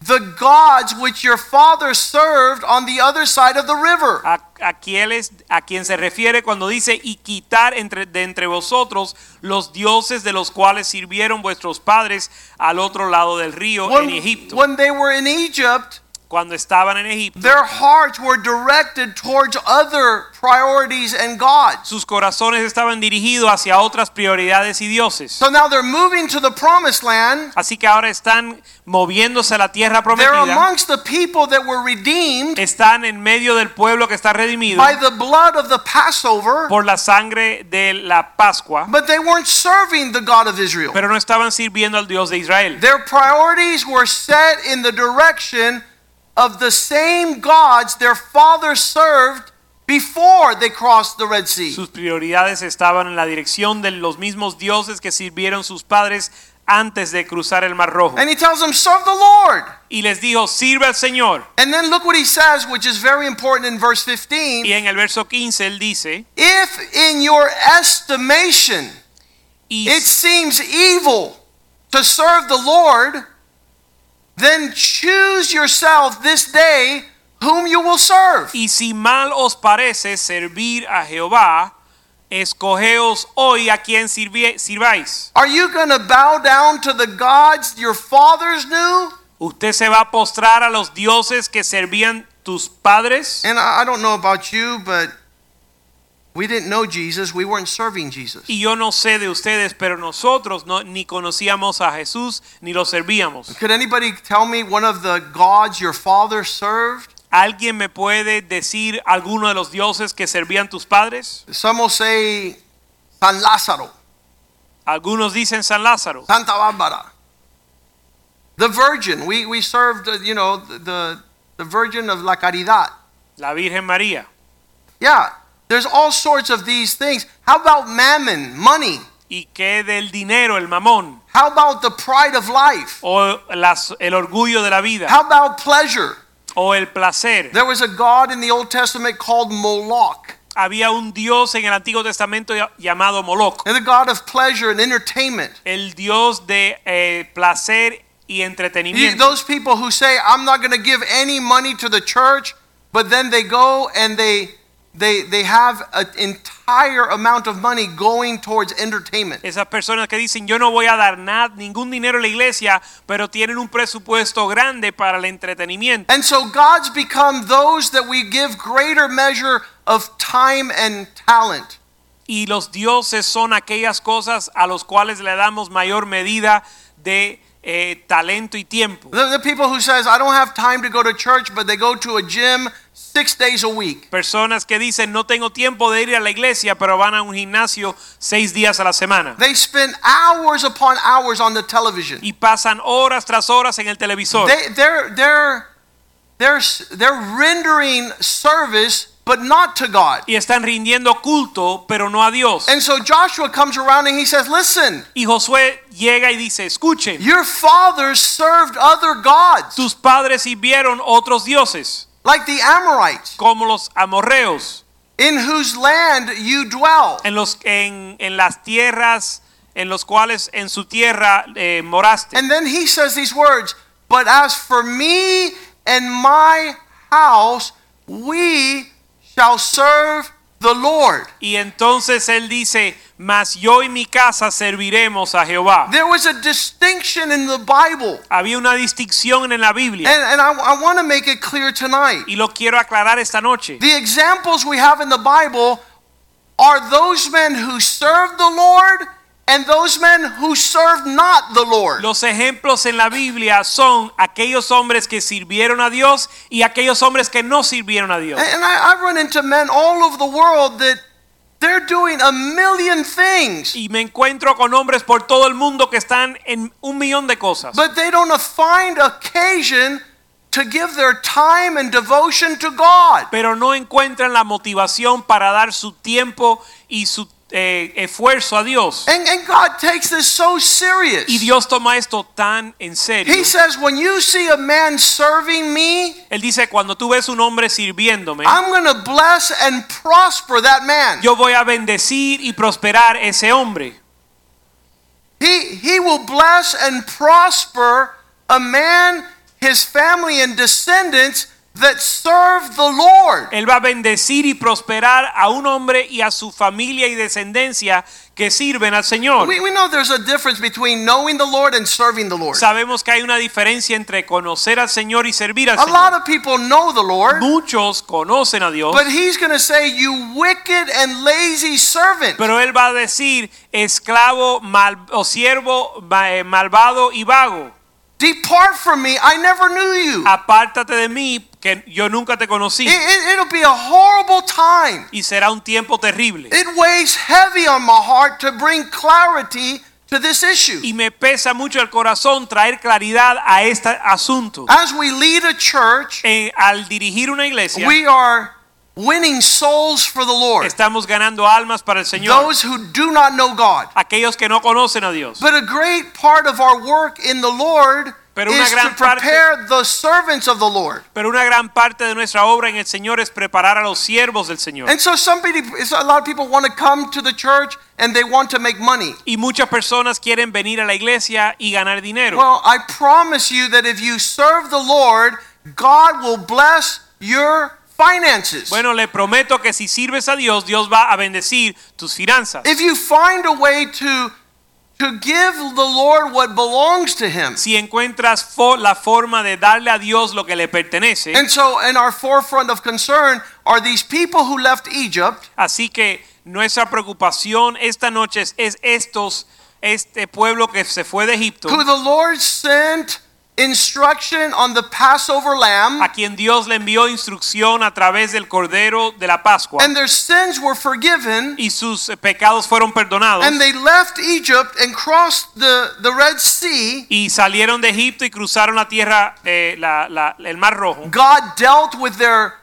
S1: the gods which your father served on the other side of the river.
S2: A, a, quién es- a quien se refiere cuando dice y quitar entre, de entre vosotros los dioses de los cuales sirvieron vuestros padres al otro lado del río en
S1: When,
S2: Egipto.
S1: when they were in Egypt,
S2: cuando estaban en Egipto,
S1: their hearts were directed towards other priorities and gods.
S2: sus corazones estaban dirigidos hacia otras prioridades y dioses.
S1: So now they're moving to the promised land.
S2: Así que ahora están moviéndose a la tierra
S1: They're
S2: prometida.
S1: amongst the people that were redeemed
S2: Están en medio del pueblo que está redimido
S1: by the blood of the Passover,
S2: por la sangre de la Pascua,
S1: but they weren't serving the God of Israel.
S2: pero no estaban sirviendo al Dios de Israel.
S1: Their priorities were set in the direction of the same gods their father served before they crossed the Red Sea.
S2: Sus prioridades estaban en la dirección de los mismos dioses que sirvieron sus padres antes de cruzar el Mar Rojo.
S1: And he tells them, Serve the Lord.
S2: Y les dijo, sirve al Señor.
S1: And then look what he says, which is very important in verse 15.
S2: Y en el verso 15 él dice,
S1: If in your estimation
S2: y
S1: it seems evil to serve the Lord, then choose yourself this day whom you will serve.
S2: Y si mal os parece servir a Jehová, escogeos hoy a quien sirvie- sirváis.
S1: Are you going to bow down to the gods your fathers knew?
S2: Usted se va a postrar a los dioses que servían tus padres.
S1: And I I don't know about you, but we didn't know Jesus. We weren't serving Jesus.
S2: Y yo no sé de ustedes, pero nosotros no, ni conocíamos a Jesús ni lo servíamos.
S1: Could anybody tell me one of the gods your father served?
S2: ¿Alguien me puede decir alguno de los dioses que servían tus padres?
S1: Some will say San Lázaro,
S2: Algunos dicen San Lázaro,
S1: Santa Bárbara, the Virgin. We, we served, uh, you know, the, the, the Virgin of La Caridad.
S2: la Virgen María.
S1: Yeah, there's all sorts of these things. How about mammon, money?
S2: ¿Y qué del dinero, el mamón?
S1: How about the pride of life?
S2: ¿O las- el orgullo de la vida?
S1: How about pleasure?
S2: ¿O el placer?
S1: There was a god in the Old Testament called Moloch,
S2: había un dios en el Antiguo Testamento ya- llamado Moloch,
S1: and the god of pleasure and entertainment.
S2: el dios de eh, placer y
S1: You-
S2: entretenimiento.
S1: those people who say, "I'm not going to give any money to the church," but then they go and they they they have an entire amount of money going towards entertainment.
S2: Esas personas que dicen yo no voy a dar nada, ningún dinero a la iglesia, pero tienen un presupuesto grande para el entretenimiento.
S1: And so gods become those that we give greater measure of time and talent.
S2: Y los dioses son aquellas cosas a los cuales le damos mayor medida de eh, talento y tiempo.
S1: The, the people who says, "I don't have time to go to church," but they go to a gym six days a week.
S2: Personas que dicen no tengo tiempo de ir a la iglesia, pero van a un gimnasio seis días a la semana.
S1: They spend hours upon hours on the television.
S2: Y pasan horas tras horas en el televisor.
S1: they, they're they're they're they're rendering service but not to god
S2: y están rindiendo culto, pero no a Dios.
S1: and so joshua comes around and he says listen
S2: Y Josué llega y dice, escuchen,
S1: your fathers served other gods
S2: tus padres sirvieron otros dioses,
S1: like the amorites
S2: como los amorreos,
S1: in whose land you dwell
S2: en, los, en, en las tierras en los cuales en su tierra eh, moraste.
S1: and then he says these words but as for me and my house we shall serve the lord
S2: y entonces él dice, mas yo y mi casa serviremos a Jehová.
S1: there was a distinction in the bible
S2: Había una distinción en la Biblia,
S1: and, and i, I want to make it clear tonight
S2: y lo quiero aclarar esta noche.
S1: The examples we have in the Bible are those men who served the Lord and those men who served not the Lord.
S2: Los ejemplos en la Biblia son aquellos hombres que sirvieron a Dios y aquellos hombres que no sirvieron a Dios.
S1: And I, I've run into men all over the world that they're doing a million things,
S2: Y me encuentro con hombres por todo el mundo que están en un millón de cosas,
S1: but they don't find occasion to give their time and devotion to God.
S2: pero no encuentran la motivación para dar su tiempo y su eh, esfuerzo a Dios.
S1: And, and God takes this so serious.
S2: Y Dios toma esto tan en serio.
S1: He says, When you see a man serving me,
S2: Él dice, cuando tú ves un hombre sirviéndome,
S1: I'm going to bless and prosper that man.
S2: yo voy a bendecir y prosperar ese hombre.
S1: He, he will bless and prosper a man, his family, and descendants that serve the Lord.
S2: Él va a bendecir y prosperar a un hombre y a su familia y descendencia que sirven al Señor.
S1: We, we know there's a difference between knowing the Lord and serving the Lord.
S2: Sabemos que hay una diferencia entre conocer al Señor y servir al
S1: A lot
S2: Señor.
S1: of people know the Lord,
S2: Muchos conocen a Dios,
S1: but He's going to say, You wicked and lazy servant.
S2: pero Él va a decir esclavo mal, o siervo ma- eh, malvado y vago.
S1: Depart from me, I never knew
S2: Ah,
S1: you.
S2: Apártate de mí, que yo nunca te conocí.
S1: It, it, will be a horrible time.
S2: Y será un tiempo terrible.
S1: It weighs heavy on my heart to bring clarity to this issue.
S2: Y me pesa mucho el corazón traer claridad a este asunto.
S1: As we lead a church,
S2: Eh, al dirigir una iglesia,
S1: we are winning souls for the Lord.
S2: estamos ganando almas para el Señor.
S1: Those who do not know God.
S2: Aquellos que no conocen a Dios.
S1: But a great part of our work in the Lord
S2: Pero una
S1: is to
S2: gran parte-
S1: prepare the servants of the Lord.
S2: Pero una gran parte de nuestra obra en el Señor es preparar a los siervos del Señor.
S1: And so somebody, so a lot of people want to come to the church and they want to make money.
S2: Y muchas personas quieren venir a la iglesia y ganar dinero.
S1: Well, I promise you that if you serve the Lord, God will bless your finances.
S2: Bueno, le prometo que si sirves a Dios, Dios va a bendecir tus finanzas.
S1: If you find a way to to give the Lord what belongs to him.
S2: Si encuentras fo- la forma de darle a Dios lo que le pertenece.
S1: And so in our forefront of concern are these people who left Egypt
S2: Así que nuestra preocupación esta noche es, es estos, este pueblo que se fue de Egipto,
S1: who the Lord sent instruction on the Passover lamb
S2: a quien Dios le envió instrucción a través del Cordero de la Pascua,
S1: and their sins were forgiven
S2: y sus eh, pecados fueron perdonados,
S1: and they left Egypt and crossed the the Red Sea.
S2: y salieron de Egipto y cruzaron la tierra, eh, la- la- el Mar Rojo.
S1: God dealt with their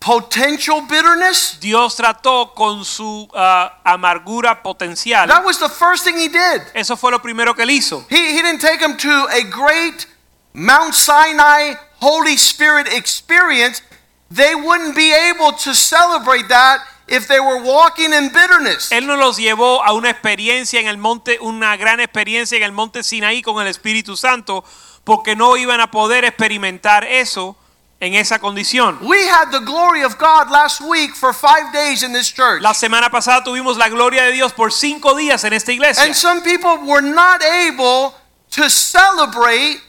S1: potential bitterness.
S2: Dios trató con su ah, amargura potencial.
S1: That was the first thing he did.
S2: Eso fue lo primero que él hizo.
S1: He, he didn't take them to a great Mount Sinai Holy Spirit experience. They wouldn't be able to celebrate that if they were walking in bitterness.
S2: Él no los llevó a una experiencia en el monte, una gran experiencia en el monte Sinaí con el Espíritu Santo, porque no iban a poder experimentar eso en esa condición.
S1: we had the glory of God last week for five days in this church.
S2: La semana pasada tuvimos la gloria de Dios por cinco días en esta iglesia
S1: And some people were not able to celebrate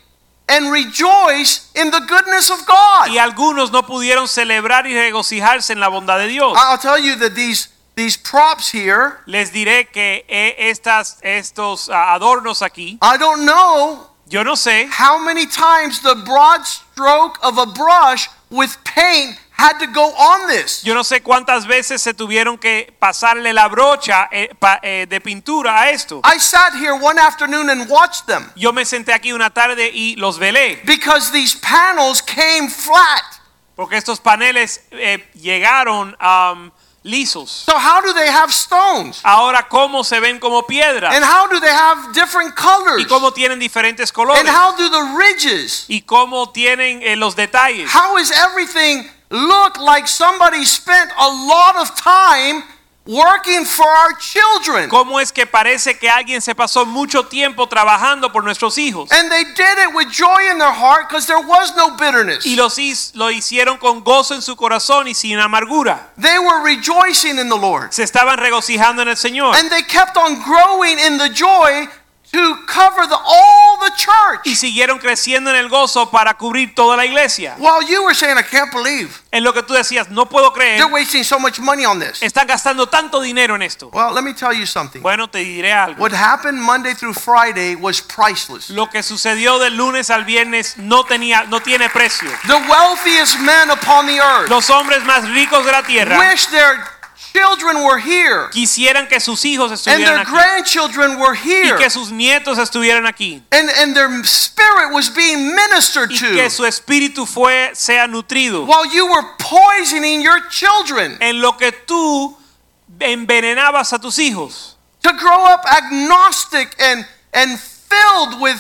S1: and rejoice in the goodness of God.
S2: y algunos no pudieron celebrar y regocijarse en la bondad de Dios.
S1: I'll tell you that these, these props here.
S2: Les diré que eh, estas, estos ah, adornos aquí,
S1: I don't know
S2: yo no sé
S1: how many times the broad stroke of a brush with paint had to go on this.
S2: Yo no sé cuántas veces se tuvieron que pasarle la brocha eh, pa- eh, de pintura a esto.
S1: I sat here one afternoon and watched them
S2: Yo me senté aquí una tarde y los velé,
S1: because these panels came flat.
S2: porque estos paneles eh, llegaron um, lisos.
S1: So, how do they have stones?
S2: Ahora, ¿cómo se ven como piedra?
S1: And how do they have different colors?
S2: ¿Y cómo tienen diferentes
S1: And
S2: colores?
S1: how do the ridges?
S2: ¿Y cómo tienen eh, los detalles?
S1: How is everything look like somebody spent a lot of time working for our children?
S2: ¿Cómo es que parece que alguien se pasó mucho tiempo trabajando por nuestros hijos?
S1: And they did it with joy in their heart because there was no bitterness.
S2: Y los his- lo hicieron con gozo en su corazón y sin amargura.
S1: They were rejoicing in the Lord.
S2: Se estaban regocijando en el Señor.
S1: And they kept on growing in the joy to cover the, all the
S2: y
S1: church.
S2: siguieron creciendo en el gozo para cubrir toda la iglesia.
S1: While you were saying, I can't believe
S2: En lo que tú decías, no puedo creer,
S1: they're wasting so much money on this.
S2: están gastando tanto dinero en esto.
S1: Well, let me tell you something.
S2: Bueno, te diré algo.
S1: What happened Monday through Friday was priceless.
S2: Lo que sucedió del lunes al viernes no tenía no tiene precio.
S1: The wealthiest men upon the earth
S2: Los hombres más ricos de la tierra
S1: wish their children were here
S2: quisieran que sus hijos
S1: and
S2: estuvieran
S1: their
S2: aquí
S1: grandchildren were
S2: y
S1: here
S2: que sus nietos estuvieran aquí
S1: and, and their spirit was being ministered
S2: y que
S1: to
S2: su espíritu fue sea nutrido.
S1: while you were poisoning your children.
S2: En lo que tú envenenabas a tus hijos.
S1: to grow up agnostic and, and filled with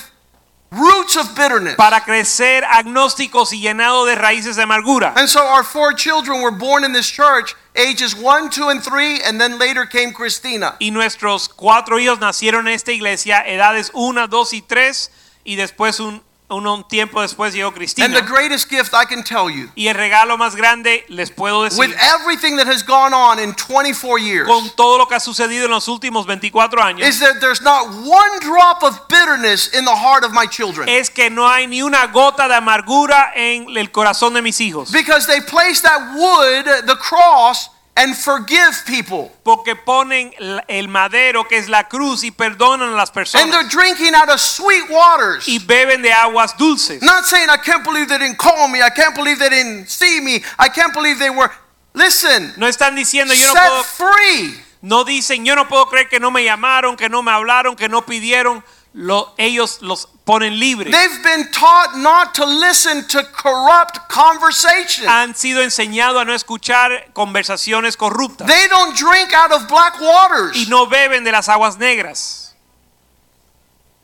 S1: roots of bitterness.
S2: para crecer agnósticos y llenados de raíces de amargura.
S1: And so our four children were born in this church, ages one, two, and three, and then later came Christina.
S2: Y nuestros cuatro hijos nacieron en esta iglesia, edades 1, 2 y 3, y después un, un- un tiempo después llegó
S1: And the
S2: Cristina.
S1: greatest gift I can tell you,
S2: Y el regalo más grande, les puedo
S1: with
S2: decir,
S1: everything that has gone on in 24 years,
S2: con todo lo que ha sucedido en los últimos 24 años,
S1: is that there's not one drop of bitterness in the heart of my children.
S2: es que no hay ni una gota de amargura en el corazón de mis hijos.
S1: Because they place that wood, the cross, and forgive people.
S2: Porque ponen la- el madero, que es la cruz, y perdonan a las
S1: And they're
S2: personas.
S1: drinking out of sweet waters.
S2: Y beben de aguas dulces.
S1: Not saying I can't believe they didn't call me. I can't believe they didn't see me. I can't believe they were. Listen,
S2: No están diciendo, yo no
S1: set
S2: puedo
S1: free.
S2: No dicen, yo no puedo creer que no me llamaron, que no me hablaron, que no pidieron. Lo- ellos los ponen libres.
S1: They've been taught not to listen to corrupt conversation.
S2: Han sido enseñados a no escuchar conversaciones corruptas.
S1: They don't drink out of black
S2: Y
S1: waters.
S2: no beben de las aguas negras.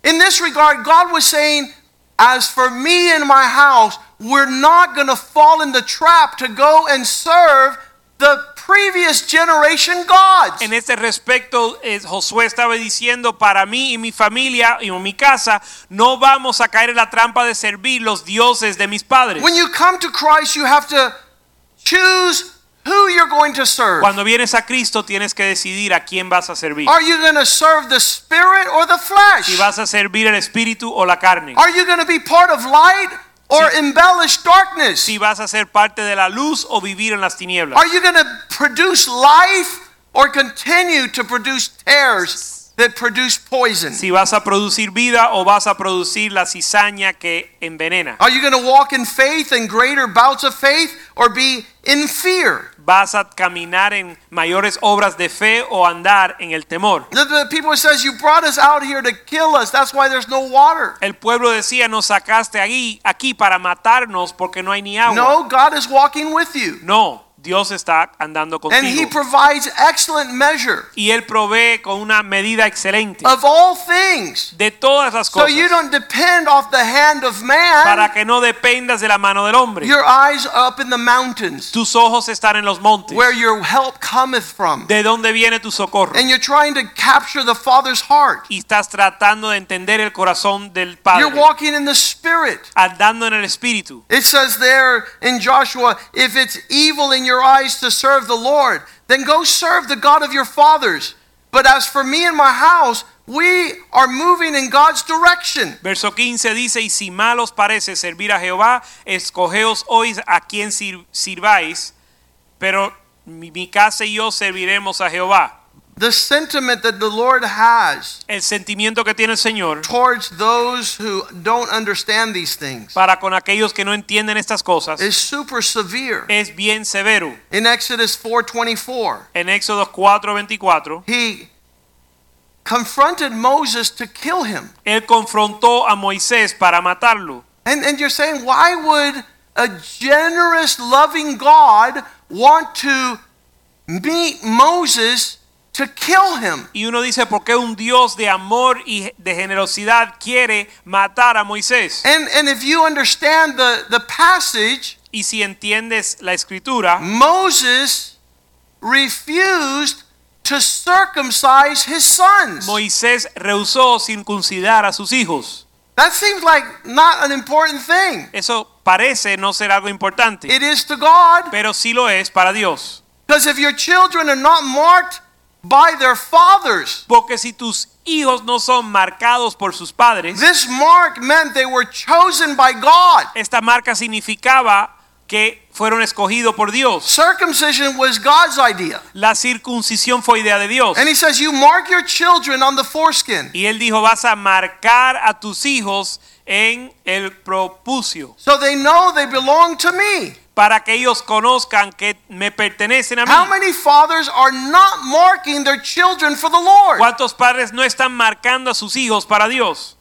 S1: In this regard, God was saying, as for me and my house, we're not going to fall in the trap to go and serve the previous generation gods.
S2: En este respecto, eh, Josué estaba diciendo, para mí y mi familia y mi casa, no vamos a caer en la trampa de servir los dioses de mis padres.
S1: When you come to Christ, you have to choose who you're going to serve.
S2: Cuando vienes a Cristo, tienes que decidir a quién vas a servir.
S1: Are you going to serve the spirit or the
S2: Si
S1: flesh?
S2: vas a servir el espíritu o la carne.
S1: Are you going to be part of light or embellish darkness?
S2: si vas a ser parte de la luz o vivir en las tinieblas.
S1: Are you going to produce life or continue to produce tares that produce poison?
S2: Si vas a producir vida o vas a producir la cizaña que envenena.
S1: Are you going to walk in faith and greater bouts of faith or be in fear?
S2: Vas a caminar en mayores obras de fe o andar en el temor.
S1: The, the people says you brought us out here to kill us. That's why there's no water.
S2: El pueblo decía, nos sacaste aquí, aquí para matarnos porque no hay ni agua.
S1: No, God is walking with you.
S2: No, Dios está andando
S1: And he
S2: contigo.
S1: provides excellent measure
S2: Y Él provee con una medida excelente
S1: of all things.
S2: de todas las
S1: So
S2: cosas
S1: you don't depend off the hand of
S2: para
S1: man.
S2: que no dependas de la mano del hombre.
S1: Your eyes are up in the mountains
S2: Tus ojos están en los montes.
S1: where your help cometh from.
S2: ¿De dónde viene tu socorro?
S1: And you're trying to capture the Father's heart.
S2: y estás tratando de entender el corazón del Padre,
S1: You're walking in the Spirit.
S2: andando en el Espíritu.
S1: It says there in Joshua, if it's evil in your eyes to serve the Lord, then go serve the God of your fathers. But as for me and my house, we are moving in God's direction.
S2: Verso 15 dice, y si mal os parece servir a Jehová, escogeos hoy a quien sir- sirváis, pero mi, mi casa y yo serviremos a Jehová.
S1: The sentiment that the Lord has
S2: El sentimiento que tiene el Señor
S1: towards those who don't understand these things
S2: para con aquellos que no entienden estas cosas
S1: is super severe.
S2: es bien severo.
S1: In Exodus 4:24,
S2: En Éxodo 4:24,
S1: he confronted Moses to kill him.
S2: él confrontó a Moisés para matarlo.
S1: And and you're saying, why would a generous, loving God want to meet Moses to kill him?
S2: Y uno dice, ¿por qué un Dios de amor y de generosidad quiere matar a Moisés?
S1: And and if you understand the, the passage,
S2: Y si entiendes la escritura,
S1: Moses refused to circumcise his sons.
S2: Moisés rehusó circuncidar a sus hijos.
S1: That seems like not an important thing.
S2: Eso parece no ser algo importante,
S1: It is to God
S2: pero sí lo es para Dios.
S1: because if your children are not marked by their fathers,
S2: Porque si tus hijos no son marcados por sus padres,
S1: this mark meant they were chosen by God.
S2: esta marca significaba que fueron escogidos por Dios.
S1: Circumcision was God's idea.
S2: La circuncisión fue idea de Dios.
S1: And he says, You mark your children on the foreskin.
S2: Y él dijo, vas a marcar a tus hijos en el propucio,
S1: So they know they belong to me.
S2: para que ellos conozcan que me pertenecen a mí.
S1: How many fathers are not marking their children for the Lord?
S2: ¿Cuántos padres no están marcando a sus hijos para Dios?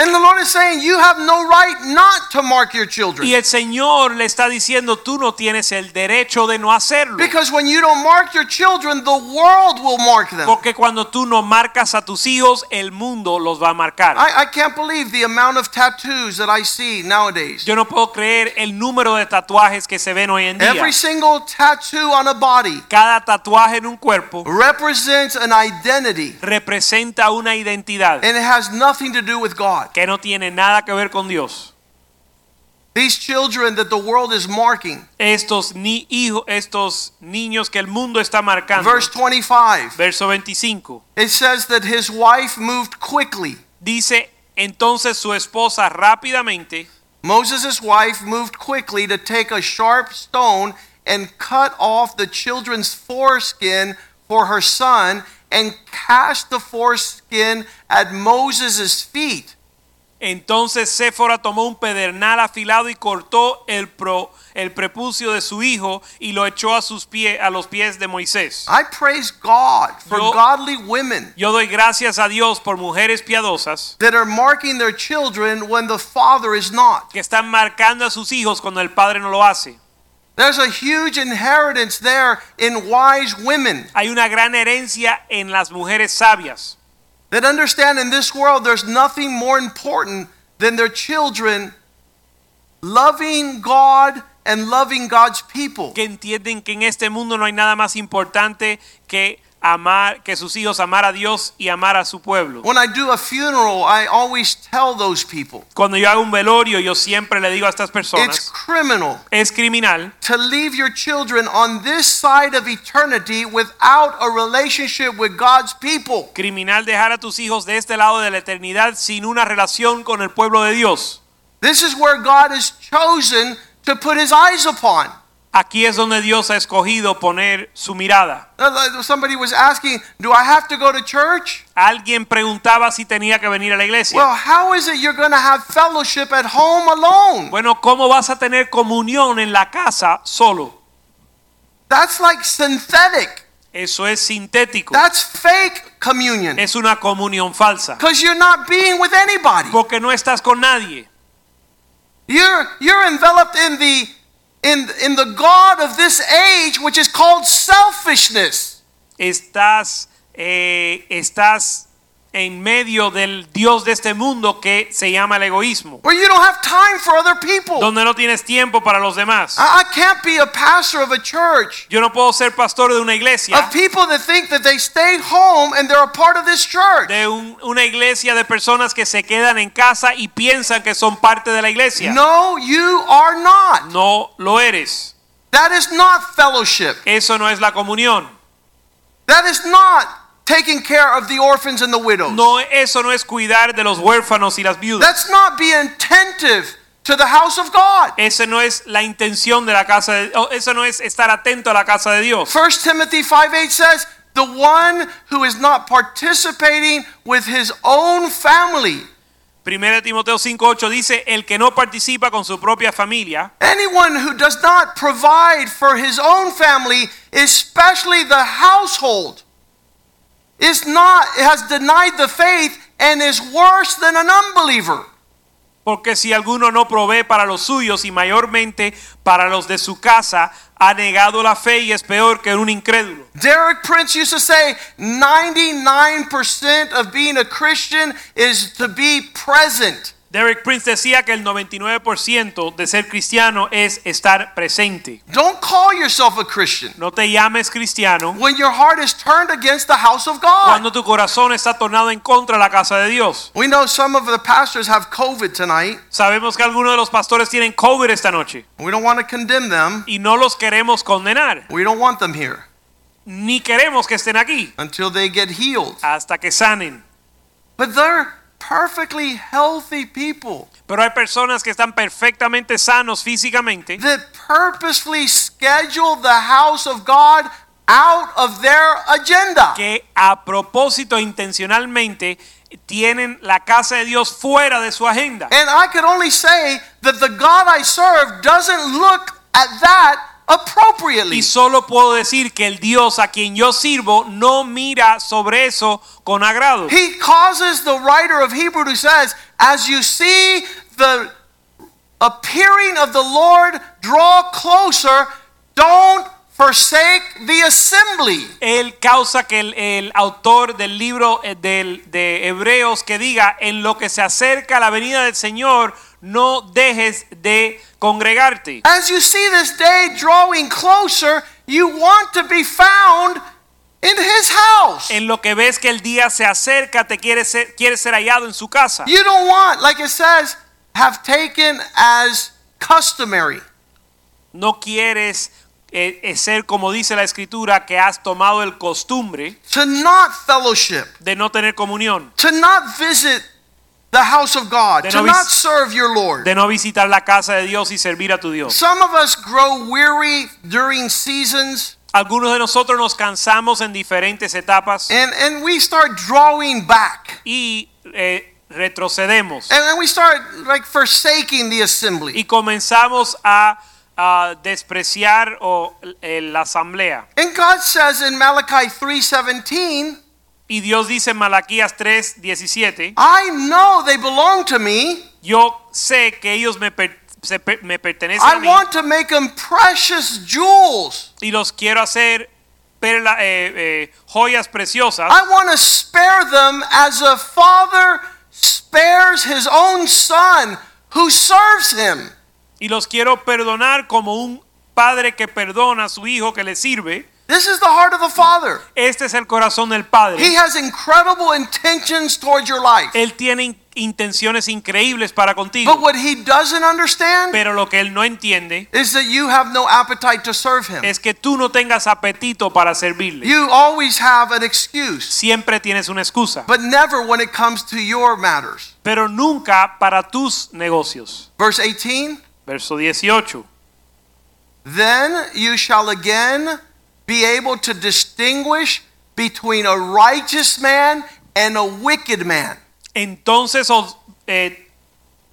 S1: And the Lord is saying, You have no right not to mark your children.
S2: Y el Señor le está diciendo, tú no tienes el derecho de no hacerlo.
S1: Because when you don't mark your children, the world will mark them.
S2: Porque cuando tú no marcas a tus hijos, el mundo los va a marcar.
S1: I, I can't believe the amount of tattoos that I see nowadays.
S2: Yo no puedo creer el número de tatuajes que se ven hoy en día.
S1: Every single tattoo on a body
S2: Cada tatuaje en un cuerpo
S1: represents an identity,
S2: representa una identidad
S1: and it has nothing to do with God.
S2: que no tiene nada que ver con Dios.
S1: These children that the world is marking,
S2: Estos, ni hijo- estos niños que el mundo está marcando.
S1: verse 25,
S2: Verso 25.
S1: it says that his wife moved quickly.
S2: Dice entonces su esposa rápidamente,
S1: Moses' wife moved quickly to take a sharp stone and cut off the children's foreskin for her son and cast the foreskin at Moses' feet.
S2: entonces Séfora tomó un pedernal afilado y cortó el, pro- el prepucio de su hijo y lo echó a, sus pie- a los pies de Moisés.
S1: I praise God for
S2: Yo-
S1: godly women
S2: Yo doy gracias a Dios por mujeres piadosas
S1: that are marking their children when the father is not.
S2: que están marcando a sus hijos cuando el padre no lo hace.
S1: There's a huge inheritance there in wise women
S2: Hay una gran herencia en las mujeres sabias
S1: that understand in this world there's nothing more important than their children loving God and loving God's people.
S2: que entienden que en este mundo no hay nada más importante que amar que sus hijos amar a Dios y amar a su pueblo.
S1: When I do a funeral, I always tell those people
S2: Cuando yo hago un velorio, yo siempre le digo a estas
S1: it's
S2: personas,
S1: criminal
S2: es criminal
S1: to leave your children on this side of eternity without a relationship with God's people.
S2: criminal dejar a tus hijos de este lado de la eternidad sin una relación con el pueblo de Dios.
S1: This is where God has chosen to put his eyes upon.
S2: Aquí es donde Dios ha escogido poner su mirada.
S1: Uh, Somebody was asking, Do I have to go to church?
S2: Alguien preguntaba si tenía que venir a la iglesia.
S1: Well, how is it you're going to have fellowship at home alone?
S2: Bueno, ¿cómo vas a tener comunión en la casa solo?
S1: That's like synthetic.
S2: Eso es sintético.
S1: That's fake communion.
S2: Es una comunión falsa.
S1: Because you're not being with anybody.
S2: Porque no estás con nadie.
S1: You're you're enveloped in the in in the god of this age, which is called selfishness.
S2: Estás, eh, estás en medio del Dios de este mundo que se llama el egoísmo.
S1: Where you don't have time for other people.
S2: donde no tienes tiempo para los demás.
S1: I, I can't be a pastor of a church.
S2: Yo no puedo ser pastor de una iglesia,
S1: Of people that think that they stayed home and they're a part of this church.
S2: de un- una iglesia de personas que se quedan en casa y piensan que son parte de la iglesia.
S1: No, you are not.
S2: No lo eres.
S1: That is not fellowship.
S2: Eso no es la comunión.
S1: That is not taking care of the orphans and the widows.
S2: No, eso no es cuidar de los huérfanos y las viudas.
S1: That's not being attentive to the house of God.
S2: Esa no es la intención de la casa de oh, eso no es estar atento a la casa de Dios.
S1: 1 Timothy 5 8 says, The one who is not participating with his own family.
S2: Primera de Timoteo 5:8 dice, el que no participa con su propia familia,
S1: Anyone who does not provide for his own family, especially the household, is not has denied the faith and is worse than an unbeliever.
S2: Porque si alguno no provee para los suyos y mayormente para los de su casa, ha negado la fe y es peor que un incrédulo.
S1: Derek Prince used to say 99% of being a Christian is to be present.
S2: Derek Prince decía que el 99% de ser cristiano es estar presente.
S1: Don't call yourself a Christian
S2: No te llames cristiano
S1: when your heart is turned against the house of God.
S2: cuando tu corazón está tornado en contra de la casa de Dios.
S1: We know some of the pastors have COVID tonight.
S2: Sabemos que algunos de los pastores tienen COVID esta noche
S1: We don't want to condemn them.
S2: y no los queremos condenar,
S1: We don't want them here
S2: ni queremos que estén aquí
S1: until they get healed.
S2: hasta que sanen.
S1: But they're perfectly healthy people
S2: Pero hay personas que están perfectamente sanos físicamente
S1: that purposefully schedule the house of God out of their agenda.
S2: que a propósito intencionalmente tienen la casa de Dios fuera de su agenda.
S1: And I could only say that the God I serve doesn't look at that appropriately.
S2: Y solo puedo decir que el Dios a quien yo sirvo no mira sobre eso con agrado.
S1: He causes the writer of Hebrew who says, As you see the appearing of the Lord draw closer, don't forsake the assembly.
S2: Él causa que el, el autor del libro eh, del- de Hebreos que diga, en lo que se acerca la venida del Señor, no dejes de congregarte.
S1: As you see this day drawing closer, you want to be found in his house.
S2: En lo que ves que el día se acerca, te quiere ser, quiere ser hallado en su casa.
S1: You don't want, like it says, have taken as customary.
S2: No quieres eh, eh, ser, como dice la escritura, que has tomado el costumbre
S1: to not fellowship,
S2: de no tener comunión,
S1: to not visit the house of God,
S2: De
S1: to
S2: no
S1: not
S2: vis-
S1: serve your Lord.
S2: de no visitar la casa de Dios y servir a tu Dios.
S1: Some of us grow weary during seasons
S2: Algunos de nosotros nos cansamos en diferentes etapas
S1: and, and we start drawing back
S2: y eh, retrocedemos
S1: and then we start like forsaking the
S2: y
S1: assembly.
S2: comenzamos a, a despreciar o, eh, la asamblea.
S1: And God says in Malachi 3:17,
S2: Y Dios dice en Malaquías 3, 17,
S1: I know they belong to me.
S2: yo sé que ellos me, per- se per- me pertenecen a
S1: I
S2: mí
S1: want to make them precious jewels.
S2: y los quiero hacer perla- eh, eh, joyas preciosas.
S1: I want to spare them as a father spares his own son who serves him.
S2: y los quiero perdonar como un padre que perdona a su hijo que le sirve.
S1: This is the heart of the Father.
S2: Este es el corazón del Padre.
S1: He has incredible intentions towards your life.
S2: él tiene in- intenciones increíbles para
S1: But
S2: contigo,
S1: what he doesn't understand
S2: pero lo que él no entiende
S1: is that you have no appetite to serve him.
S2: es que tú no tengas apetito para servirle.
S1: You always have an excuse,
S2: Siempre tienes una excusa,
S1: but never when it comes to your matters.
S2: pero nunca para tus negocios.
S1: Verse 18
S2: Verso 18.
S1: Then you shall again be able to distinguish between a righteous man and a wicked man.
S2: Entonces os eh,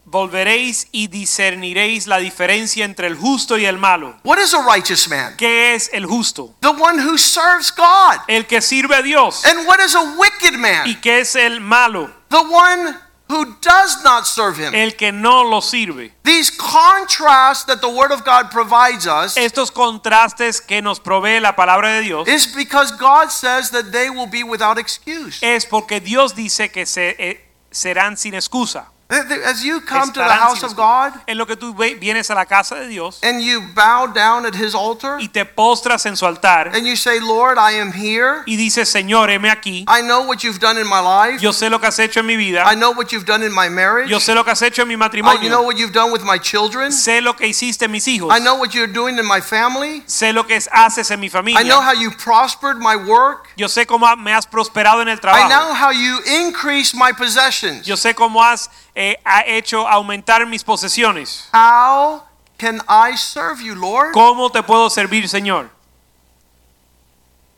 S2: volveréis y discerniréis la diferencia entre el justo y el malo.
S1: What is a righteous man?
S2: ¿Qué es el justo?
S1: The one who serves God.
S2: El que sirve a Dios.
S1: And what is a wicked man?
S2: ¿Y qué es el malo?
S1: the one who does not serve him.
S2: El que no lo sirve.
S1: These contrasts that the Word of God provides us
S2: Estos contrastes que nos provee la palabra de Dios
S1: is because God says that they will be without excuse.
S2: es porque Dios dice que se, eh, serán sin excusa.
S1: As you come to the
S2: Estarán
S1: house
S2: sin
S1: of
S2: excusa.
S1: God
S2: En lo que tú ve- vienes a la casa de Dios
S1: and you bow down at His altar
S2: y te postras en su altar
S1: and you say, Lord, I am here.
S2: y dices, Señor, heme aquí.
S1: I know what you've done in my life.
S2: Yo sé lo que has hecho en mi
S1: I
S2: vida.
S1: know what you've done in my marriage.
S2: Yo sé lo que has hecho en
S1: I
S2: mi
S1: you know
S2: matrimonio.
S1: what you've done with my children.
S2: Sé lo que hiciste en mis hijos.
S1: I know what you're doing in my family.
S2: Sé lo que haces en mi
S1: I know
S2: familia.
S1: how you prospered my work.
S2: Yo sé cómo me has prosperado en el
S1: I
S2: trabajo.
S1: know how you increased my possessions.
S2: Yo sé cómo has eh, ha hecho aumentar mis posesiones.
S1: How can I serve you, Lord?
S2: ¿Cómo te puedo servir, Señor?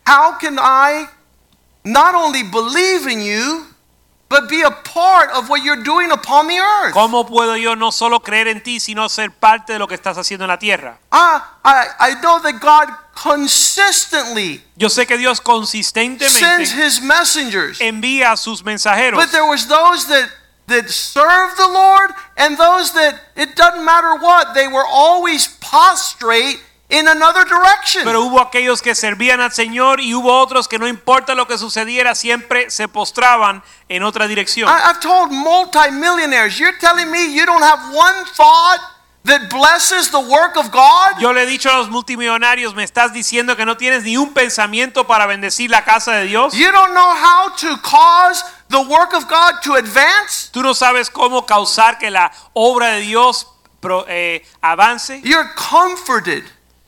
S1: How can I not only believe in you, but be a part of what you're doing upon the earth?
S2: ¿Cómo puedo yo no solo creer en ti, sino ser parte de lo que estás haciendo en la tierra?
S1: Ah, I, I know that God consistently
S2: Yo sé que Dios
S1: sends
S2: consistentemente
S1: his messengers.
S2: envía a sus mensajeros,
S1: But there was those that that served the Lord and those that it doesn't matter what, they were always prostrate in another direction.
S2: pero hubo aquellos que servían al Señor y hubo otros que no importa lo que sucediera, siempre se postraban en otra dirección.
S1: I, I've told multimillionaires, you're telling me you don't have one thought that blesses the work of God?
S2: Yo le he dicho a los multimillonarios, me estás diciendo que no tienes ni un pensamiento para bendecir la casa de Dios.
S1: You don't know how to cause the work of God to advance?
S2: Tú no sabes cómo causar que la obra de Dios pro- eh, avance.
S1: You're comforted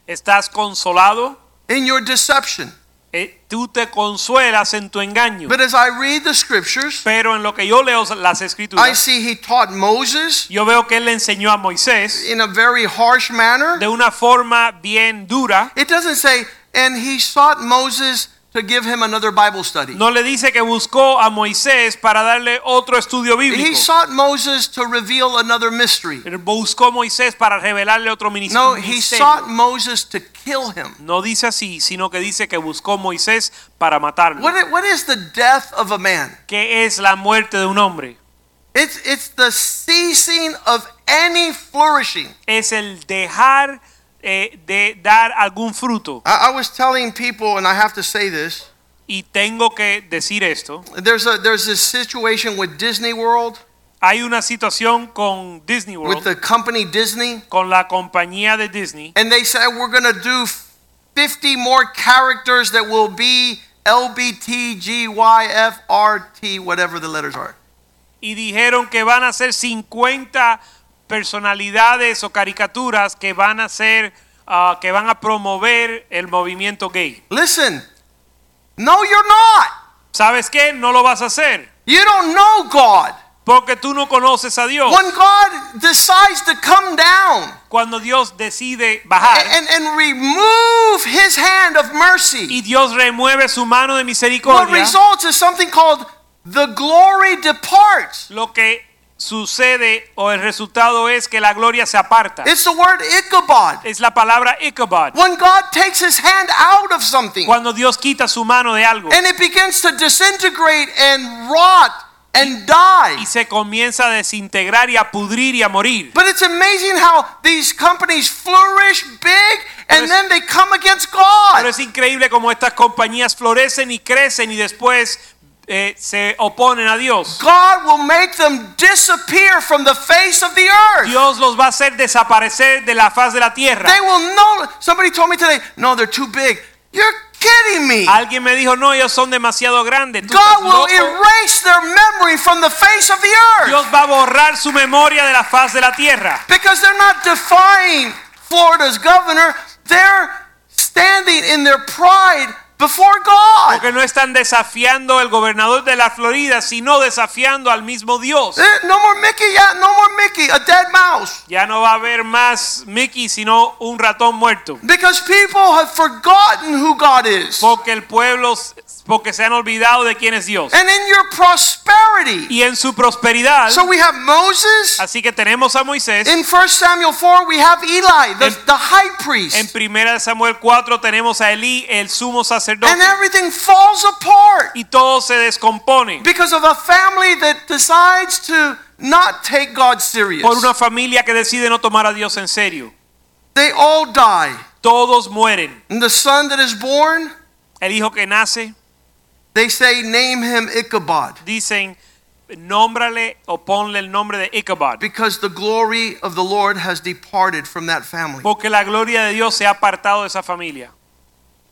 S2: Estás consolado.
S1: in your deception.
S2: Eh, tú te consuelas en tu engaño.
S1: But as I read the scriptures,
S2: Pero en lo que yo leo las
S1: I
S2: escrituras,
S1: see he taught Moses
S2: yo veo que él le enseñó a Moisés
S1: in a very harsh manner.
S2: de una forma bien dura.
S1: It doesn't say, and he sought Moses to give him another Bible study.
S2: No le dice que buscó a Moisés para darle otro estudio
S1: He
S2: bíblico.
S1: sought Moses to reveal another mystery.
S2: Él Buscó a Moisés para revelarle otro minis-
S1: No, he
S2: ministerio.
S1: sought Moses to kill him.
S2: No dice así, sino que dice que buscó a Moisés para matarlo.
S1: What i- what is the death of a man?
S2: ¿Qué es la muerte de un hombre?
S1: It's, it's the ceasing of any flourishing.
S2: Es el dejar eh, de dar algún fruto.
S1: I, I was telling people, and I have to say this
S2: Y tengo que decir esto.
S1: there's, a, there's this situation with Disney World,
S2: Hay una situación con Disney
S1: with
S2: World,
S1: the company Disney,
S2: con la compañía de Disney,
S1: and they said we're going to do 50 more characters that will be LBTGYFRT, whatever the letters are.
S2: y dijeron que van a ser 50 personalidades o caricaturas que van a ser, ah, que van a promover el movimiento gay.
S1: Listen, no, you're not.
S2: ¿Sabes qué? No lo vas a hacer.
S1: You don't know God.
S2: Porque tú no conoces a Dios.
S1: When God decides to come down
S2: Cuando Dios decide bajar
S1: and, and, and remove his hand of mercy,
S2: y Dios remueve su mano de
S1: what
S2: misericordia,
S1: results is something called the glory departs.
S2: lo que sucede o el resultado es que la gloria se aparta.
S1: It's the word Ichabod.
S2: Es la palabra Ichabod.
S1: When God takes his hand out of something
S2: Cuando Dios quita su mano de algo
S1: and it begins to disintegrate and rot and
S2: y
S1: die.
S2: se comienza a desintegrar y a pudrir y a morir.
S1: But it's amazing how these companies flourish big and then they come against God.
S2: Pero es increíble como estas compañías florecen y crecen y después eh, se oponen a Dios.
S1: God will make them disappear from the face of the earth.
S2: Dios los va a hacer desaparecer de la faz de la tierra.
S1: They will know. Somebody told me today, no, they're too big. You're kidding me.
S2: Alguien me dijo, no, ellos son demasiado grandes. Tú
S1: God
S2: estás
S1: will
S2: loco.
S1: erase their memory from the face of the earth
S2: Dios va a borrar su memoria de la faz de la tierra.
S1: because they're not defying Florida's governor. They're standing in their pride before God.
S2: Porque no están desafiando al gobernador de la Florida, sino desafiando al mismo Dios.
S1: Eh, No more Mickey, yeah, no more Mickey, a dead mouse.
S2: Ya no va a haber más Mickey, sino un ratón muerto.
S1: Because people have forgotten who God is.
S2: Porque el pueblo, porque se han olvidado de quién es Dios.
S1: And in your prosperity.
S2: Y en su prosperidad,
S1: So we have Moses.
S2: así que tenemos a Moisés.
S1: In 1 Samuel 4, we have Eli, the,
S2: En-
S1: the high
S2: En
S1: priest.
S2: primera de Samuel 4 tenemos a Elí, el sumo sacerdote.
S1: And everything falls apart
S2: Y todo se descompone
S1: because of a family that decides to not take God serious.
S2: por una familia que decide no tomar a Dios en serio.
S1: They all die.
S2: Todos mueren.
S1: And the son that is born,
S2: El hijo que nace,
S1: they say, name him Ichabod
S2: dicen, nómbrale o ponle el nombre de Ichabod.
S1: because the glory of the Lord has departed from that family.
S2: Porque la gloria de Dios se ha apartado de esa familia.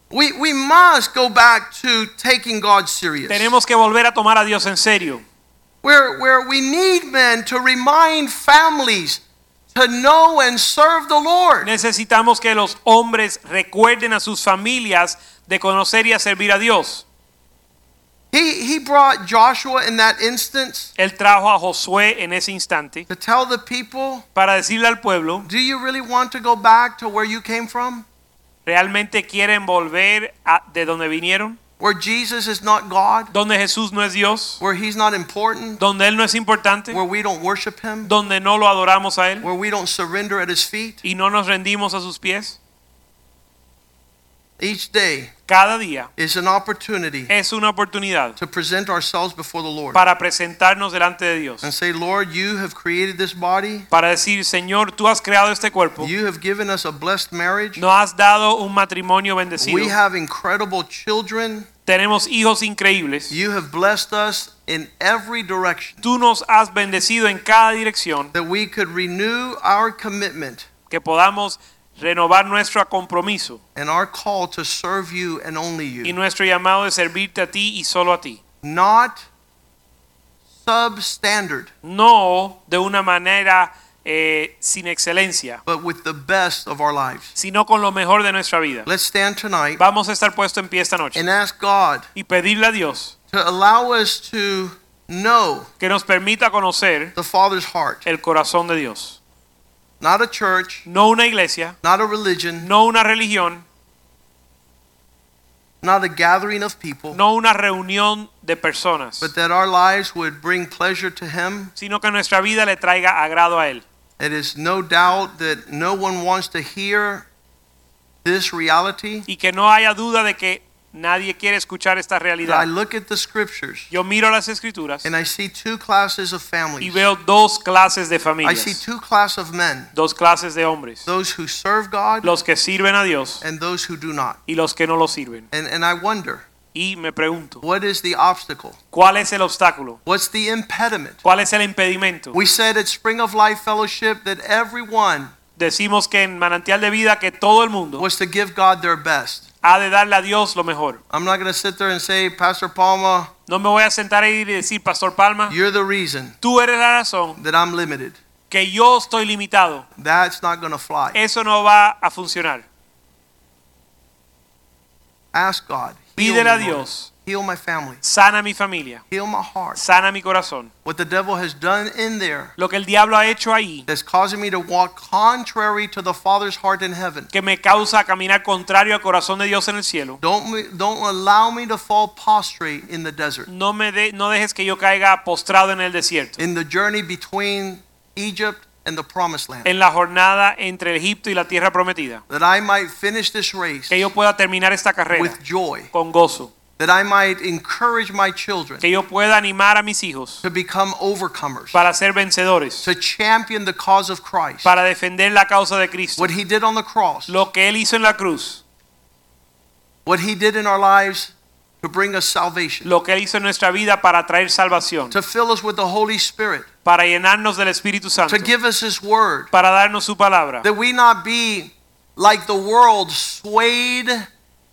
S1: We, we must go back to taking God serious.
S2: Tenemos que volver a tomar a Dios en serio.
S1: where, where we need men to remind families to know and serve the Lord.
S2: Necesitamos que los hombres recuerden a sus familias de conocer y a servir a Dios.
S1: He, he brought Joshua in that instance
S2: Él trajo a Josué en ese instante
S1: to tell the people,
S2: para decirle al pueblo,
S1: do you really want to go back to where you came from?
S2: ¿realmente quieren volver a- de donde vinieron?
S1: Where Jesus is not God?
S2: Donde Jesús no es Dios,
S1: Where he's not important?
S2: donde Él no es importante,
S1: Where we don't worship him?
S2: donde no lo adoramos a Él
S1: Where we don't surrender at his feet?
S2: y no nos rendimos a sus pies.
S1: Each day
S2: Cada día
S1: is an opportunity
S2: es una oportunidad
S1: to present ourselves before the Lord
S2: para presentarnos delante de Dios,
S1: and say, Lord, you have created this body.
S2: para decir, Señor, tú has creado este cuerpo,
S1: You have given us a blessed marriage.
S2: nos has dado un matrimonio
S1: We
S2: bendecido.
S1: have incredible children.
S2: Tenemos hijos increíbles.
S1: You have blessed us in every direction
S2: Tú nos has bendecido en cada dirección
S1: that we could renew our commitment
S2: que podamos renovar nuestro compromiso
S1: and our call to serve you and only
S2: y
S1: you,
S2: nuestro llamado de servirte a ti y solo a ti.
S1: not substandard,
S2: No de una manera eh, sin excelencia,
S1: but with the best of our lives.
S2: sino con lo mejor de nuestra vida.
S1: Let's stand tonight
S2: Vamos a estar puesto en pie esta noche
S1: and ask God
S2: y pedirle a Dios
S1: to allow us to know
S2: que nos permita conocer
S1: the Father's heart,
S2: el corazón de Dios.
S1: not a church,
S2: No una iglesia,
S1: not a religion,
S2: no una religión,
S1: not a gathering of people,
S2: no una reunión de personas,
S1: but that our lives would bring pleasure to Him.
S2: sino que nuestra vida le traiga agrado a Él.
S1: It is no doubt that no one wants to hear this reality.
S2: Y que no haya duda de que nadie quiere escuchar esta
S1: But I
S2: realidad.
S1: look at the scriptures
S2: Yo miro las escrituras
S1: and I see two classes of
S2: y
S1: families.
S2: veo dos clases de
S1: I see
S2: familias,
S1: two class of men,
S2: dos clases de hombres,
S1: those who serve God
S2: los que sirven a Dios
S1: and those who do not.
S2: y los que no lo sirven.
S1: And and I wonder,
S2: Y me pregunto,
S1: what is the obstacle?
S2: ¿cuál es el obstáculo?
S1: What's the impediment?
S2: ¿Cuál es el impedimento?
S1: We said at Spring of Life Fellowship that everyone
S2: Decimos que en Manantial de Vida que todo el mundo
S1: was to give God their best.
S2: ha de darle a Dios lo mejor.
S1: I'm not going to sit there and say, Pastor Palma,
S2: No me voy a sentar ahí y decir, Pastor Palma,
S1: you're the reason
S2: tú eres la razón
S1: that I'm limited.
S2: que yo estoy limitado.
S1: That's not going to fly.
S2: Eso no va a funcionar.
S1: Ask God. Heal,
S2: Pídele a
S1: me, Lord.
S2: Dios,
S1: heal my family.
S2: sana mi familia,
S1: Heal my heart.
S2: sana mi corazón.
S1: What the devil has done in there
S2: Lo que el diablo ha hecho ahí,
S1: that's causing me to walk contrary to the Father's heart in heaven.
S2: que me causa caminar contrario al corazón de Dios en el cielo,
S1: Don't, me, don't allow me to fall prostrate in the desert.
S2: no, me de- no dejes que yo caiga postrado en el desierto,
S1: In the journey between Egypt and the promised land.
S2: en la jornada entre Egipto y la tierra prometida.
S1: That I might finish this race
S2: Que yo pueda terminar esta carrera
S1: with joy.
S2: con gozo.
S1: That I might encourage my children
S2: Que yo pueda animar a mis hijos
S1: to become overcomers.
S2: para ser vencedores,
S1: to champion the cause of Christ.
S2: para defender la causa de Cristo.
S1: What he did on the cross,
S2: Lo que Él hizo en la cruz,
S1: what he did in our lives to bring us salvation,
S2: lo que Él hizo en nuestra vida para traer salvación,
S1: to fill us with the Holy Spirit,
S2: para llenarnos del Espíritu Santo,
S1: to give us his word,
S2: para darnos su palabra.
S1: that we not be like the world swayed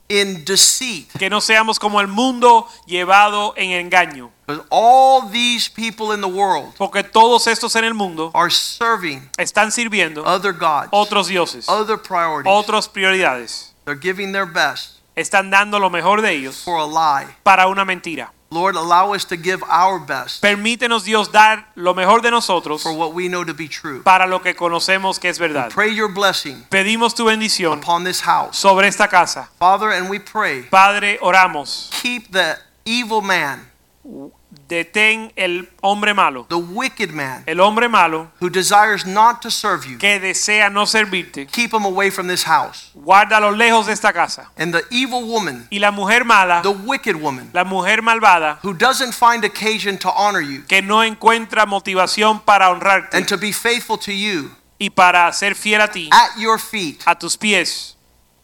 S1: in deceit.
S2: Que no seamos como el mundo llevado en engaño.
S1: Because all these people in the world
S2: Porque todos estos en el mundo
S1: are serving
S2: están sirviendo
S1: other gods,
S2: otros dioses,
S1: other priorities.
S2: otras prioridades.
S1: They're giving their best
S2: Están dando lo mejor de ellos
S1: for a lie.
S2: para una mentira.
S1: Lord, allow us to give our best
S2: Permítenos Dios dar lo mejor de nosotros
S1: for what we know to be true.
S2: para lo que conocemos que es verdad.
S1: Pray your blessing
S2: Pedimos tu bendición
S1: upon this house.
S2: sobre esta casa.
S1: Father, and we pray,
S2: Padre, oramos.
S1: keep the evil man,
S2: Detén el hombre malo.
S1: the wicked man,
S2: El hombre malo
S1: who desires not to serve you.
S2: que desea no servirte.
S1: Keep him away from this house.
S2: Guárdalo lejos de esta casa.
S1: And the evil woman,
S2: Y la mujer mala,
S1: the wicked woman,
S2: la mujer malvada,
S1: who doesn't find occasion to honor you
S2: que no encuentra motivación para honrarte
S1: and to be faithful to you
S2: y para ser fiel a ti,
S1: at your feet,
S2: a tus pies,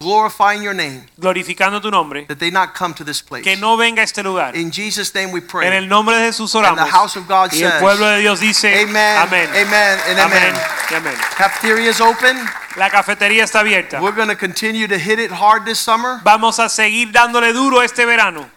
S1: glorifying your name,
S2: glorificando tu nombre,
S1: that they not come to this place.
S2: que no venga a este lugar.
S1: In Jesus' name we
S2: En
S1: pray.
S2: el nombre de Jesús
S1: And the
S2: oramos.
S1: house of God
S2: Y el
S1: says,
S2: pueblo de Dios dice,
S1: Amen,
S2: amén,
S1: amen, and
S2: amén,
S1: amen.
S2: y amén.
S1: Cafeteria is open.
S2: La cafetería está abierta.
S1: We're going to continue to hit it hard this summer.
S2: Vamos a seguir dándole duro este verano.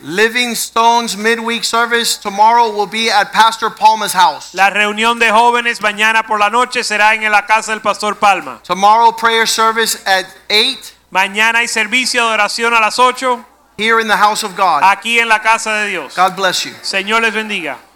S1: Living Stones midweek service tomorrow will be at Pastor Palma's house.
S2: La reunión de jóvenes mañana por la noche será en la casa del pastor Palma.
S1: Tomorrow prayer service at 8
S2: Mañana hay servicio de oración a las 8
S1: here in the house of God.
S2: aquí en la casa de Dios.
S1: God bless you.
S2: Señor les bendiga.